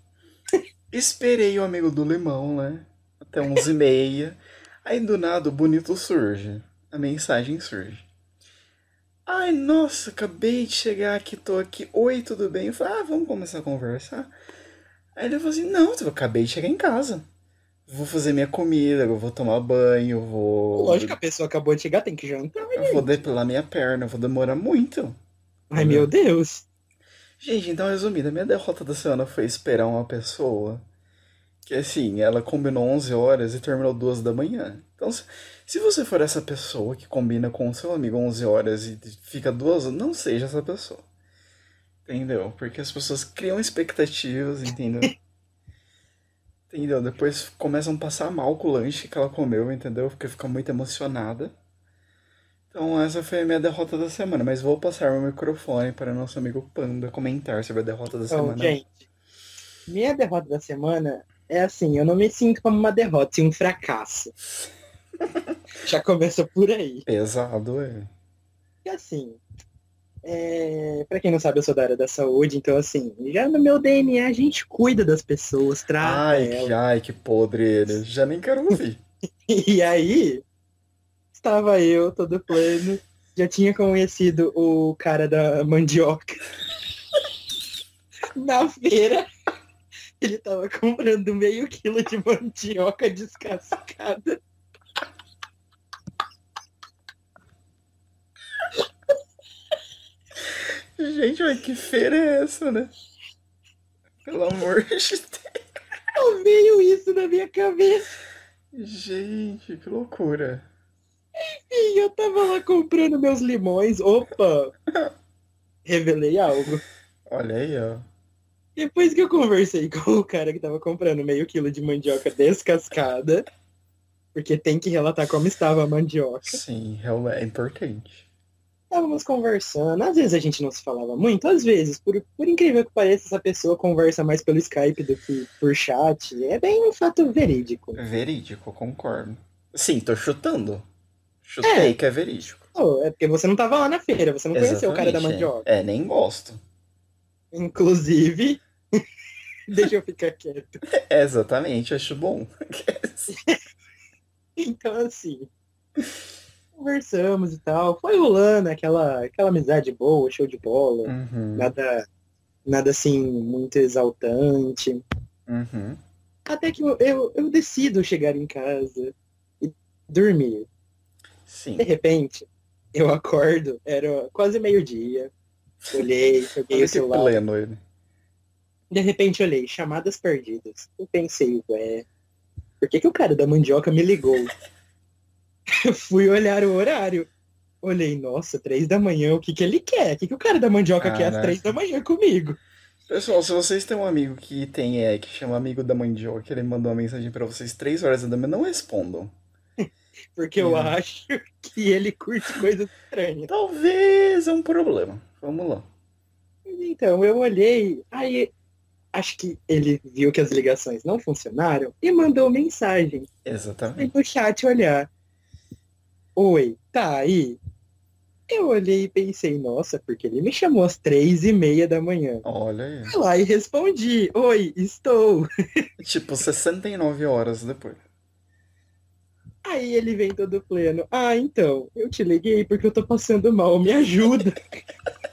[SPEAKER 1] esperei o amigo do limão, né? Até 11h30. Aí do nada o bonito surge. A mensagem surge. Ai, nossa, acabei de chegar aqui, tô aqui. Oi, tudo bem? Eu falei, ah, vamos começar a conversar. Aí ele falou assim, não, eu acabei de chegar em casa. Vou fazer minha comida, eu vou tomar banho, vou.
[SPEAKER 2] Lógico que a pessoa acabou de chegar, tem que jantar.
[SPEAKER 1] Eu vou depilar minha perna, eu vou demorar muito.
[SPEAKER 2] Ai, meu Deus.
[SPEAKER 1] Gente, então resumindo, a minha derrota da semana foi esperar uma pessoa que, assim, ela combinou 11 horas e terminou 2 da manhã. Então, se, se você for essa pessoa que combina com o seu amigo 11 horas e fica 2, não seja essa pessoa. Entendeu? Porque as pessoas criam expectativas, entendeu? entendeu? Depois começam a passar mal com o lanche que ela comeu, entendeu? Porque fica muito emocionada. Então, essa foi a minha derrota da semana, mas vou passar o microfone para o nosso amigo Panda comentar sobre a derrota da
[SPEAKER 2] Então,
[SPEAKER 1] semana.
[SPEAKER 2] gente, minha derrota da semana é assim, eu não me sinto como uma derrota, sim um fracasso. Já começa por aí.
[SPEAKER 1] Pesado, é.
[SPEAKER 2] E assim, é... para quem não sabe, eu sou da área da saúde, então assim, já no meu DNA a gente cuida das pessoas, trata
[SPEAKER 1] ai,
[SPEAKER 2] elas.
[SPEAKER 1] que, ai, que podre ele. Já nem quero ouvir.
[SPEAKER 2] E aí, estava eu, todo plano, já tinha conhecido o cara da mandioca na feira. Ele tava comprando meio quilo de mandioca descascada.
[SPEAKER 1] Gente, mas que feira é essa, né? Pelo amor de Deus.
[SPEAKER 2] Eu veio isso na minha cabeça.
[SPEAKER 1] Gente, que loucura.
[SPEAKER 2] E eu tava lá comprando meus limões. Opa! Revelei algo.
[SPEAKER 1] Olha aí, ó.
[SPEAKER 2] Depois que eu conversei com o cara que tava comprando meio quilo de mandioca descascada, porque tem que relatar como estava a mandioca,
[SPEAKER 1] Sim, realmente é importante.
[SPEAKER 2] estávamos conversando. Às vezes a gente não se falava muito, às vezes, por, por incrível que pareça, essa pessoa conversa mais pelo Skype do que por chat. É bem um fato verídico.
[SPEAKER 1] Verídico, concordo. Sim, tô chutando. Chutei que é verídico.
[SPEAKER 2] falou. É porque você não tava lá na feira, você não conheceu o cara da
[SPEAKER 1] Exatamente,
[SPEAKER 2] mandioca.
[SPEAKER 1] É, É, nem gosto.
[SPEAKER 2] Inclusive, deixa eu ficar quieto.
[SPEAKER 1] É, exatamente, acho bom.
[SPEAKER 2] Então, assim, conversamos e tal. Foi rolando aquela, aquela amizade boa, show de bola.
[SPEAKER 1] Uhum,
[SPEAKER 2] Nada, nada assim, muito exaltante.
[SPEAKER 1] uhum.
[SPEAKER 2] Até que eu, eu, eu decido chegar em casa e dormir.
[SPEAKER 1] Sim.
[SPEAKER 2] De repente, eu acordo, era quase meio-dia. Olhei, peguei
[SPEAKER 1] Olha que
[SPEAKER 2] o celular.
[SPEAKER 1] pleno ele.
[SPEAKER 2] De repente olhei, chamadas perdidas. Eu pensei, ué, por que, que o cara da mandioca me ligou? Eu Fui olhar o horário. Olhei, nossa, três da manhã, o que, que ele quer? O que, que o cara da mandioca quer às
[SPEAKER 1] Caraca.
[SPEAKER 2] três da manhã comigo?
[SPEAKER 1] Pessoal, se vocês têm um amigo que tem é, que chama amigo da mandioca, ele mandou uma mensagem pra vocês três horas da manhã, não respondam.
[SPEAKER 2] Porque eu
[SPEAKER 1] É.
[SPEAKER 2] acho que ele curte coisas estranhas.
[SPEAKER 1] Talvez é um problema. Vamos lá.
[SPEAKER 2] Então, eu olhei, aí acho que ele viu que as ligações não funcionaram e mandou mensagem. Fui
[SPEAKER 1] Exatamente.
[SPEAKER 2] no chat olhar. Oi, tá aí? Eu olhei e pensei, nossa, porque ele me chamou às três e meia da manhã.
[SPEAKER 1] Olha aí.
[SPEAKER 2] Fui lá e respondi, oi, estou.
[SPEAKER 1] Tipo, 69 horas depois.
[SPEAKER 2] Aí ele vem todo pleno, ah, então, eu te liguei porque eu tô passando mal, me ajuda.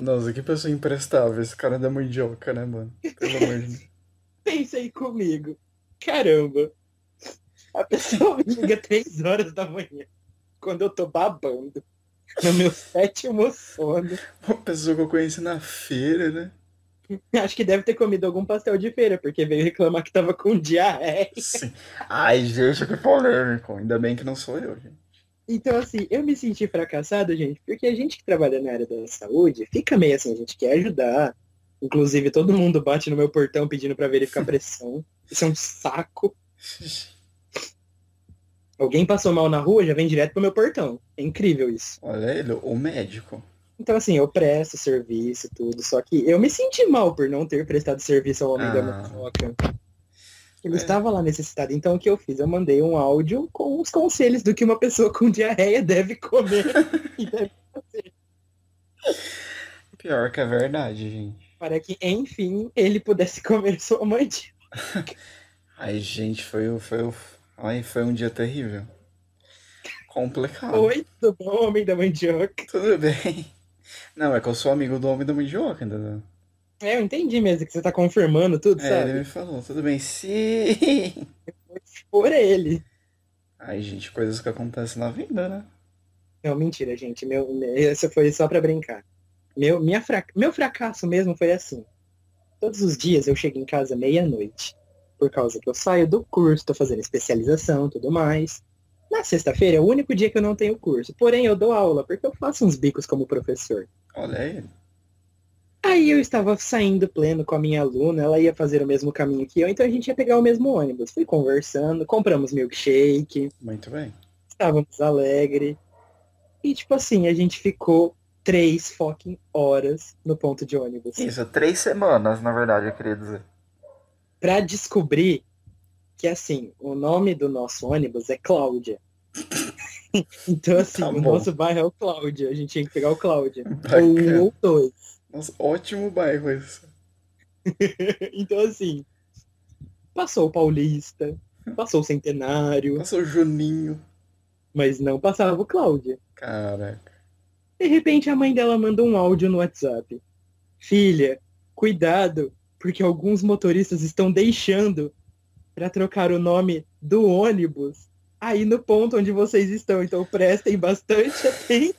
[SPEAKER 1] Nossa, que pessoa imprestável esse cara da mandioca, né, mano? Pelo amor de Deus.
[SPEAKER 2] Pensei comigo, caramba, a pessoa me liga três horas da manhã, quando eu tô babando, no meu sétimo sono.
[SPEAKER 1] Uma pessoa que eu conheci na feira, né?
[SPEAKER 2] Acho que deve ter comido algum pastel de feira, porque veio reclamar que tava com diarreia.
[SPEAKER 1] Sim. Ai, gente, que polêmico. Ainda bem que não sou eu, gente.
[SPEAKER 2] Então, assim, eu me senti fracassado, gente, porque a gente que trabalha na área da saúde fica meio assim, a gente quer ajudar. Inclusive, todo mundo bate no meu portão pedindo pra verificar a pressão. Isso é um saco. Alguém passou mal na rua, já vem direto pro meu portão. É incrível isso.
[SPEAKER 1] Olha ele, o médico.
[SPEAKER 2] Então, assim, eu presto serviço, tudo. Só que eu me senti mal por não ter prestado serviço ao homem da
[SPEAKER 1] Ah.
[SPEAKER 2] mandioca. Ele
[SPEAKER 1] É.
[SPEAKER 2] estava lá necessitado. Então, o que eu fiz? Eu mandei um áudio com os conselhos do que uma pessoa com diarreia deve comer. e deve fazer.
[SPEAKER 1] Pior que é verdade, gente.
[SPEAKER 2] Para que, enfim, ele pudesse comer sua mandioca.
[SPEAKER 1] Ai, gente, foi o. Foi, o- ai, foi um dia terrível. Complicado.
[SPEAKER 2] Oi, tudo bom, homem da mandioca?
[SPEAKER 1] Tudo bem. Não, é que eu sou amigo do homem da mandioca, entendeu?
[SPEAKER 2] É, eu entendi mesmo que você tá confirmando tudo,
[SPEAKER 1] É,
[SPEAKER 2] sabe?
[SPEAKER 1] ele me falou, tudo bem, sim.
[SPEAKER 2] Por ele.
[SPEAKER 1] Ai, gente, coisas que acontecem na vida, né?
[SPEAKER 2] Não, mentira, gente. Meu, essa foi só pra brincar. Meu, minha fra- meu fracasso mesmo foi assim. Todos os dias eu chego em casa meia-noite. Por causa que eu saio do curso, tô fazendo especialização tudo mais. Na sexta-feira é o único dia que eu não tenho curso. Porém, eu dou aula, porque eu faço uns bicos como professor.
[SPEAKER 1] Olha ele.
[SPEAKER 2] Aí eu estava saindo pleno com a minha aluna, ela ia fazer o mesmo caminho que eu, então a gente ia pegar o mesmo ônibus. Fui conversando, compramos milkshake,
[SPEAKER 1] Muito bem.
[SPEAKER 2] estávamos alegre. E tipo assim, a gente ficou três fucking horas no ponto de ônibus.
[SPEAKER 1] Isso, três semanas, na verdade, eu queria dizer.
[SPEAKER 2] Pra descobrir que assim, o nome do nosso ônibus é Cláudia. então assim,
[SPEAKER 1] Tá
[SPEAKER 2] o
[SPEAKER 1] bom.
[SPEAKER 2] nosso bairro é o Cláudia. A gente tinha que pegar o Cláudia. Ou um
[SPEAKER 1] Bacana.
[SPEAKER 2] ou dois.
[SPEAKER 1] Nossa, ótimo bairro esse.
[SPEAKER 2] Então assim, passou o Paulista, passou o Centenário,
[SPEAKER 1] Nossa, o Juninho.
[SPEAKER 2] mas não passava o Cláudia.
[SPEAKER 1] Caraca.
[SPEAKER 2] De repente a mãe dela manda um áudio no WhatsApp. Filha, cuidado, porque alguns motoristas estão deixando para trocar o nome do ônibus aí no ponto onde vocês estão, então prestem bastante atenção.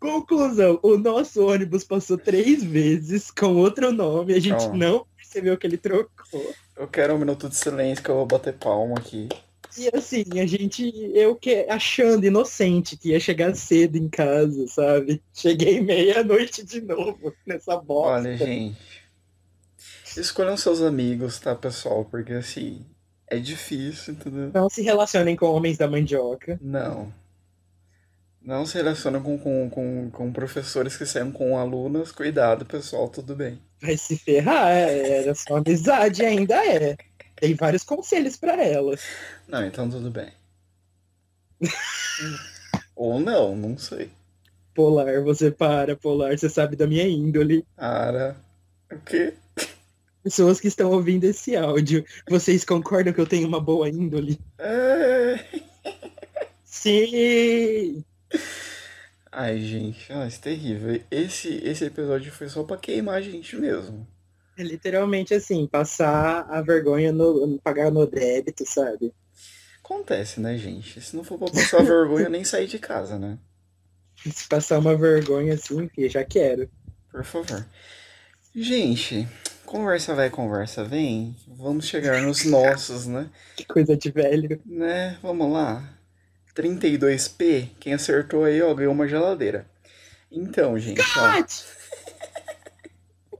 [SPEAKER 2] Conclusão, o nosso ônibus passou três vezes com outro nome, a gente
[SPEAKER 1] Ó.
[SPEAKER 2] não percebeu que ele trocou.
[SPEAKER 1] Eu quero um minuto de silêncio que eu vou bater palma aqui.
[SPEAKER 2] E assim, a gente, eu que, achando inocente que ia chegar cedo em casa, sabe? Cheguei meia-noite de novo nessa bosta.
[SPEAKER 1] Olha, gente. Escolham seus amigos, tá, pessoal? Porque assim, é difícil, entendeu?
[SPEAKER 2] Não se relacionem com homens da mandioca.
[SPEAKER 1] Não. Não se relacionam com, com, com, com professores que saiam com alunos. Cuidado, pessoal, tudo bem.
[SPEAKER 2] Vai se ferrar, era só amizade, ainda é. dei vários conselhos pra ela.
[SPEAKER 1] Não, então tudo bem. Ou não, não sei.
[SPEAKER 2] Polar, você para, Polar, você sabe da minha índole.
[SPEAKER 1] Ara. O quê?
[SPEAKER 2] Pessoas que estão ouvindo esse áudio, vocês concordam que eu tenho uma boa índole?
[SPEAKER 1] É...
[SPEAKER 2] Sim!
[SPEAKER 1] Ai, gente, nossa, terrível. Esse, esse episódio foi só pra queimar a gente mesmo.
[SPEAKER 2] É literalmente assim, passar a vergonha no. pagar no débito, sabe?
[SPEAKER 1] Acontece, né, gente? Se não for pra passar vergonha, eu nem sair de casa, né?
[SPEAKER 2] Se passar uma vergonha assim, eu já quero.
[SPEAKER 1] Por favor. Gente, conversa vai, conversa vem. Vamos chegar nos nossos, né?
[SPEAKER 2] Que coisa de velho.
[SPEAKER 1] Né? Vamos lá. 32p, quem acertou aí, ó, ganhou uma geladeira. Então, gente, ó,
[SPEAKER 2] Cat!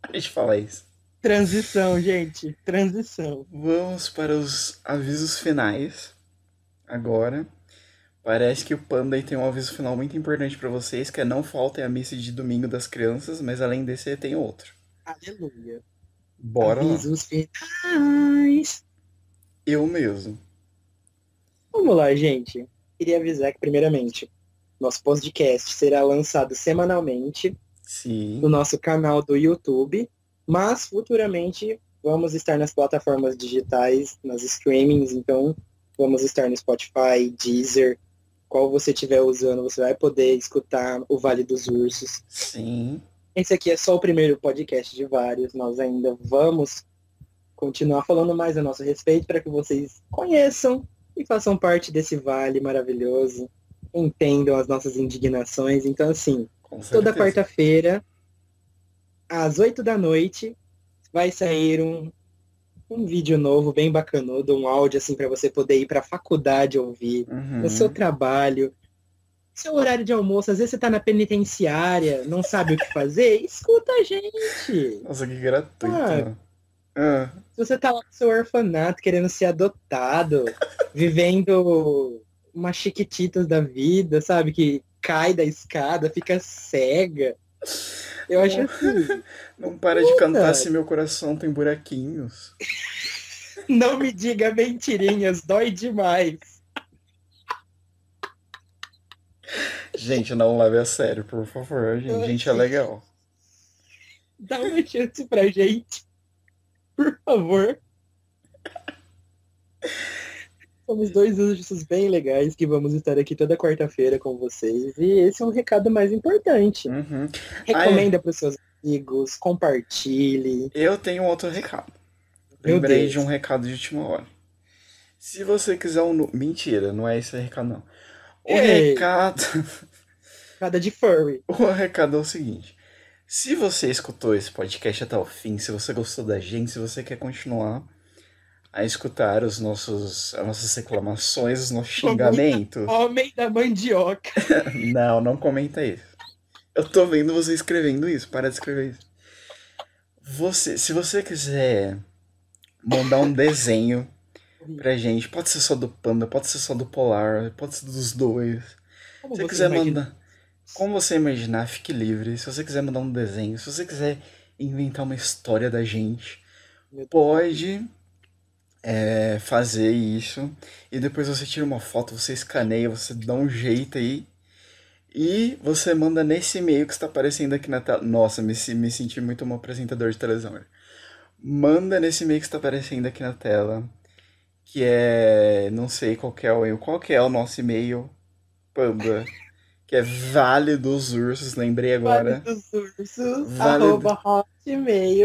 [SPEAKER 1] para de falar isso.
[SPEAKER 2] Transição, gente. Transição.
[SPEAKER 1] Vamos para os avisos finais. Agora. Parece que o Panda aí tem um aviso final muito importante pra vocês, que é não faltem a missa de domingo das crianças, mas além desse tem outro.
[SPEAKER 2] Aleluia.
[SPEAKER 1] Bora lá.
[SPEAKER 2] Avisos finais.
[SPEAKER 1] Eu mesmo.
[SPEAKER 2] Vamos lá, gente. Queria avisar que, primeiramente, nosso podcast será lançado semanalmente
[SPEAKER 1] Sim.
[SPEAKER 2] no nosso canal do YouTube, mas futuramente vamos estar nas plataformas digitais, nas streamings, então vamos estar no Spotify, Deezer, qual você estiver usando, você vai poder escutar o Vale dos Ursos.
[SPEAKER 1] Sim.
[SPEAKER 2] Esse aqui é só o primeiro podcast de vários. Nós ainda vamos continuar falando mais a nosso respeito para que vocês conheçam e façam parte desse vale maravilhoso, entendam as nossas indignações. Então, assim,
[SPEAKER 1] Com certeza.
[SPEAKER 2] toda quarta-feira, às 8 da noite, vai sair um, um vídeo novo, bem bacanudo, um áudio assim para você poder ir para a faculdade ouvir
[SPEAKER 1] Uhum.
[SPEAKER 2] no seu trabalho, seu horário de almoço, às vezes você tá na penitenciária, não sabe o que fazer, escuta a gente.
[SPEAKER 1] Nossa, que gratuito.
[SPEAKER 2] Ah.
[SPEAKER 1] né? Ah,
[SPEAKER 2] Se você tá lá no seu orfanato querendo ser adotado, vivendo uma chiquititas da vida, sabe? Que cai da escada, fica cega. Eu
[SPEAKER 1] É.
[SPEAKER 2] acho assim,
[SPEAKER 1] não para de cantar
[SPEAKER 2] Puta.
[SPEAKER 1] se meu coração tem buraquinhos.
[SPEAKER 2] não me diga mentirinhas, dói demais.
[SPEAKER 1] Gente, não leve a sério, por favor. Gente, gente é legal.
[SPEAKER 2] Dá uma chance pra gente. Por favor. Somos dois anjos bem legais que vamos estar aqui toda quarta-feira com vocês. E esse é um recado mais importante.
[SPEAKER 1] Uhum.
[SPEAKER 2] Recomenda para seus amigos, compartilhe.
[SPEAKER 1] Eu tenho um outro recado.
[SPEAKER 2] Meu
[SPEAKER 1] Lembrei
[SPEAKER 2] Deus.
[SPEAKER 1] de um recado de última hora. Se você quiser um. nu- Mentira, não é esse recado, não. O
[SPEAKER 2] Ei.
[SPEAKER 1] recado.
[SPEAKER 2] Nada de furry.
[SPEAKER 1] O recado é o seguinte: se você escutou esse podcast até o fim, se você gostou da gente, se você quer continuar a escutar os nossos, as nossas reclamações, os nossos
[SPEAKER 2] Comenta.
[SPEAKER 1] xingamentos,
[SPEAKER 2] Homem da mandioca.
[SPEAKER 1] não, não comenta isso. Eu tô vendo você escrevendo isso, para de escrever isso. Você, se você quiser mandar um desenho pra gente, pode ser só do Panda, pode ser só do Polar, pode ser dos dois.
[SPEAKER 2] Como
[SPEAKER 1] Se você
[SPEAKER 2] você
[SPEAKER 1] quiser
[SPEAKER 2] imagina?
[SPEAKER 1] mandar. Como você imaginar, fique livre. Se você quiser mandar um desenho, se você quiser inventar uma história da gente,
[SPEAKER 2] Meu Deus.
[SPEAKER 1] pode é, fazer isso. E depois você tira uma foto, você escaneia, você dá um jeito aí. E você manda nesse e-mail que está aparecendo aqui na tela. Nossa, me, se- me senti muito um apresentador de televisão. Manda nesse e-mail que está aparecendo aqui na tela. Que é. Não sei qual que é o e-mail. Qual que é o nosso e-mail? Panda. Que é Vale dos Ursos, lembrei
[SPEAKER 2] Vale
[SPEAKER 1] agora.
[SPEAKER 2] dos ursos,
[SPEAKER 1] Vale do-
[SPEAKER 2] arroba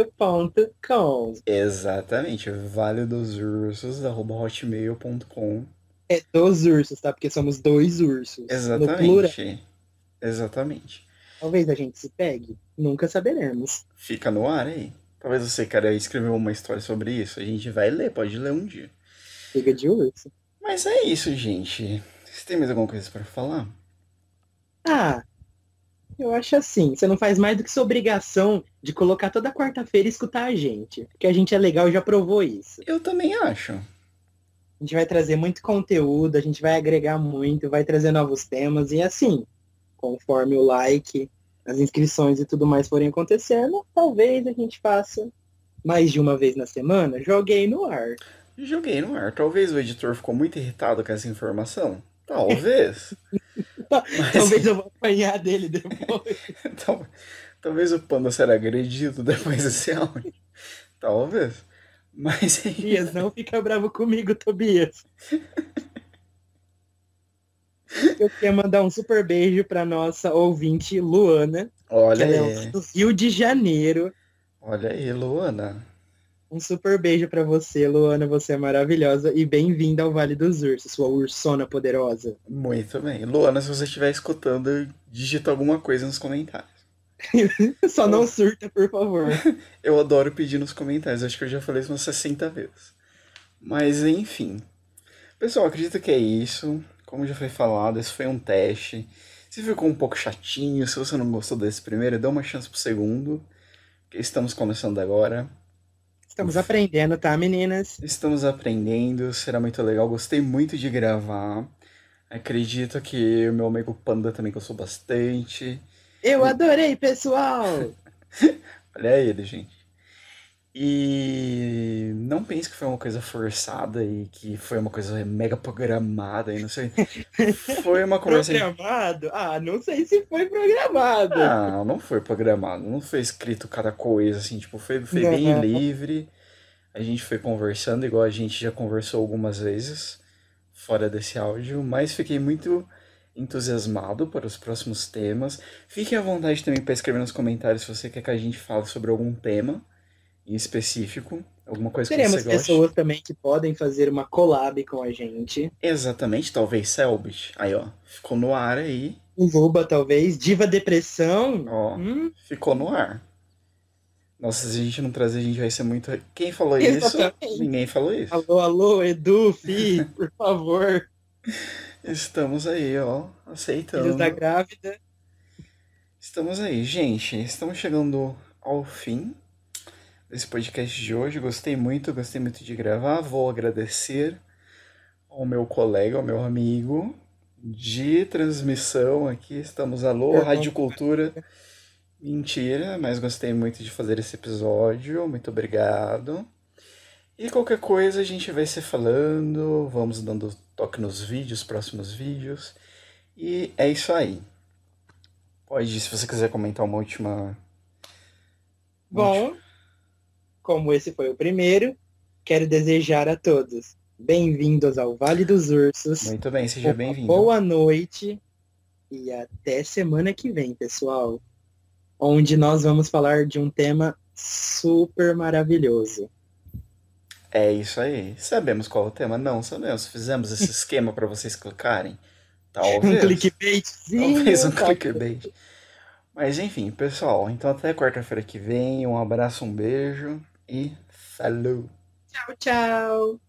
[SPEAKER 2] hotmail.com.
[SPEAKER 1] Exatamente, Vale dos Ursos, arroba hotmail.com.
[SPEAKER 2] É dos ursos, tá? Porque somos dois ursos. No plural.
[SPEAKER 1] Exatamente. Exatamente.
[SPEAKER 2] Talvez a gente se pegue. Nunca saberemos.
[SPEAKER 1] Fica no ar aí. Talvez você queira escrever uma história sobre isso. A gente vai ler, pode ler um dia.
[SPEAKER 2] Fica de urso.
[SPEAKER 1] Mas é isso, gente. Você tem mais alguma coisa pra falar?
[SPEAKER 2] Ah, eu acho assim. Você não faz mais do que sua obrigação de colocar toda quarta-feira e escutar a gente. Porque a gente é legal e já provou isso.
[SPEAKER 1] Eu também acho.
[SPEAKER 2] A gente vai trazer muito conteúdo, a gente vai agregar muito, vai trazer novos temas. E assim, conforme o like, as inscrições e tudo mais forem acontecendo, talvez a gente faça mais de uma vez na semana. Joguei no ar.
[SPEAKER 1] Joguei no ar. Talvez o editor ficou muito irritado com essa informação. Talvez. Mas-
[SPEAKER 2] Talvez eu vou apanhar dele depois.
[SPEAKER 1] Tal- Talvez o panda será agredido depois desse áudio. Talvez. Mas é aí.
[SPEAKER 2] Tobias, não fica bravo comigo, Tobias. Eu queria mandar um super beijo pra nossa ouvinte Luana, que
[SPEAKER 1] Olha
[SPEAKER 2] ela é lá
[SPEAKER 1] aí.
[SPEAKER 2] do Rio de Janeiro.
[SPEAKER 1] Olha aí, Luana.
[SPEAKER 2] Um super beijo pra você, Luana. Você é maravilhosa e bem-vinda ao Vale dos Ursos, sua ursona poderosa.
[SPEAKER 1] Muito bem. Luana, se você estiver escutando, digita alguma coisa nos comentários.
[SPEAKER 2] Só não surta, por favor.
[SPEAKER 1] Eu adoro pedir nos comentários, acho que eu já falei isso umas 60 vezes. Mas enfim. Pessoal, acredito que é isso. Como já foi falado, esse foi um teste. Se ficou um pouco chatinho, se você não gostou desse primeiro, dê uma chance pro segundo. que Estamos começando agora.
[SPEAKER 2] Estamos aprendendo, tá, meninas?
[SPEAKER 1] Estamos aprendendo, será muito legal. Gostei muito de gravar. Acredito que o meu amigo Panda também gostou bastante.
[SPEAKER 2] Eu adorei, pessoal!
[SPEAKER 1] Olha ele, gente. E não pense que foi uma coisa forçada e que foi uma coisa mega programada e não sei. Foi uma conversa.
[SPEAKER 2] Programado? Ah, não sei se foi programado.
[SPEAKER 1] Não, não foi programado, não foi escrito cada coisa assim, tipo, foi, foi bem
[SPEAKER 2] Não.
[SPEAKER 1] livre. A gente foi conversando, igual a gente já conversou algumas vezes fora desse áudio, mas fiquei muito entusiasmado para os próximos temas. Fiquem à vontade também para escrever nos comentários se você quer que a gente fale sobre algum tema em específico, alguma coisa que
[SPEAKER 2] Teremos
[SPEAKER 1] você goste.
[SPEAKER 2] pessoas também que podem fazer uma collab com a gente.
[SPEAKER 1] Exatamente, talvez Selbit. Aí, ó, ficou no ar aí,
[SPEAKER 2] Luba, talvez. Diva Depressão.
[SPEAKER 1] ó.
[SPEAKER 2] Hum,
[SPEAKER 1] ficou no ar. Nossa, se a gente não trazer, a gente vai ser muito. Quem falou isso?
[SPEAKER 2] Exatamente.
[SPEAKER 1] Ninguém falou isso.
[SPEAKER 2] Alô, alô, Edu, Fi, por favor.
[SPEAKER 1] Estamos aí, ó, aceitando.
[SPEAKER 2] Filhos da grávida.
[SPEAKER 1] Estamos aí, gente. Estamos chegando ao fim desse podcast de hoje. Gostei muito, gostei muito de gravar. Vou agradecer ao meu colega, ao meu amigo de transmissão aqui. Estamos alô,
[SPEAKER 2] Irmão.
[SPEAKER 1] Rádio Cultura. Mentira, mas gostei muito de fazer esse episódio. Muito obrigado. E qualquer coisa a gente vai se falando, vamos dando toque nos vídeos, próximos vídeos. E é isso aí. Pode, se você quiser comentar uma última.
[SPEAKER 2] Bom, como esse foi o primeiro, quero desejar a todos bem-vindos ao Vale dos Ursos.
[SPEAKER 1] Muito bem, seja
[SPEAKER 2] Uma
[SPEAKER 1] bem-vindo.
[SPEAKER 2] Boa noite e até semana que vem, pessoal. Onde nós vamos falar de um tema super maravilhoso.
[SPEAKER 1] É isso aí. Sabemos qual é o tema? Não, sabemos. Fizemos esse esquema para vocês clicarem.
[SPEAKER 2] Um
[SPEAKER 1] Talvez.
[SPEAKER 2] clickbaitzinho.
[SPEAKER 1] Talvez um
[SPEAKER 2] tá?
[SPEAKER 1] clickbait. Mas enfim, pessoal. Então até quarta-feira que vem. Um abraço, um beijo e falou!
[SPEAKER 2] Tchau, tchau.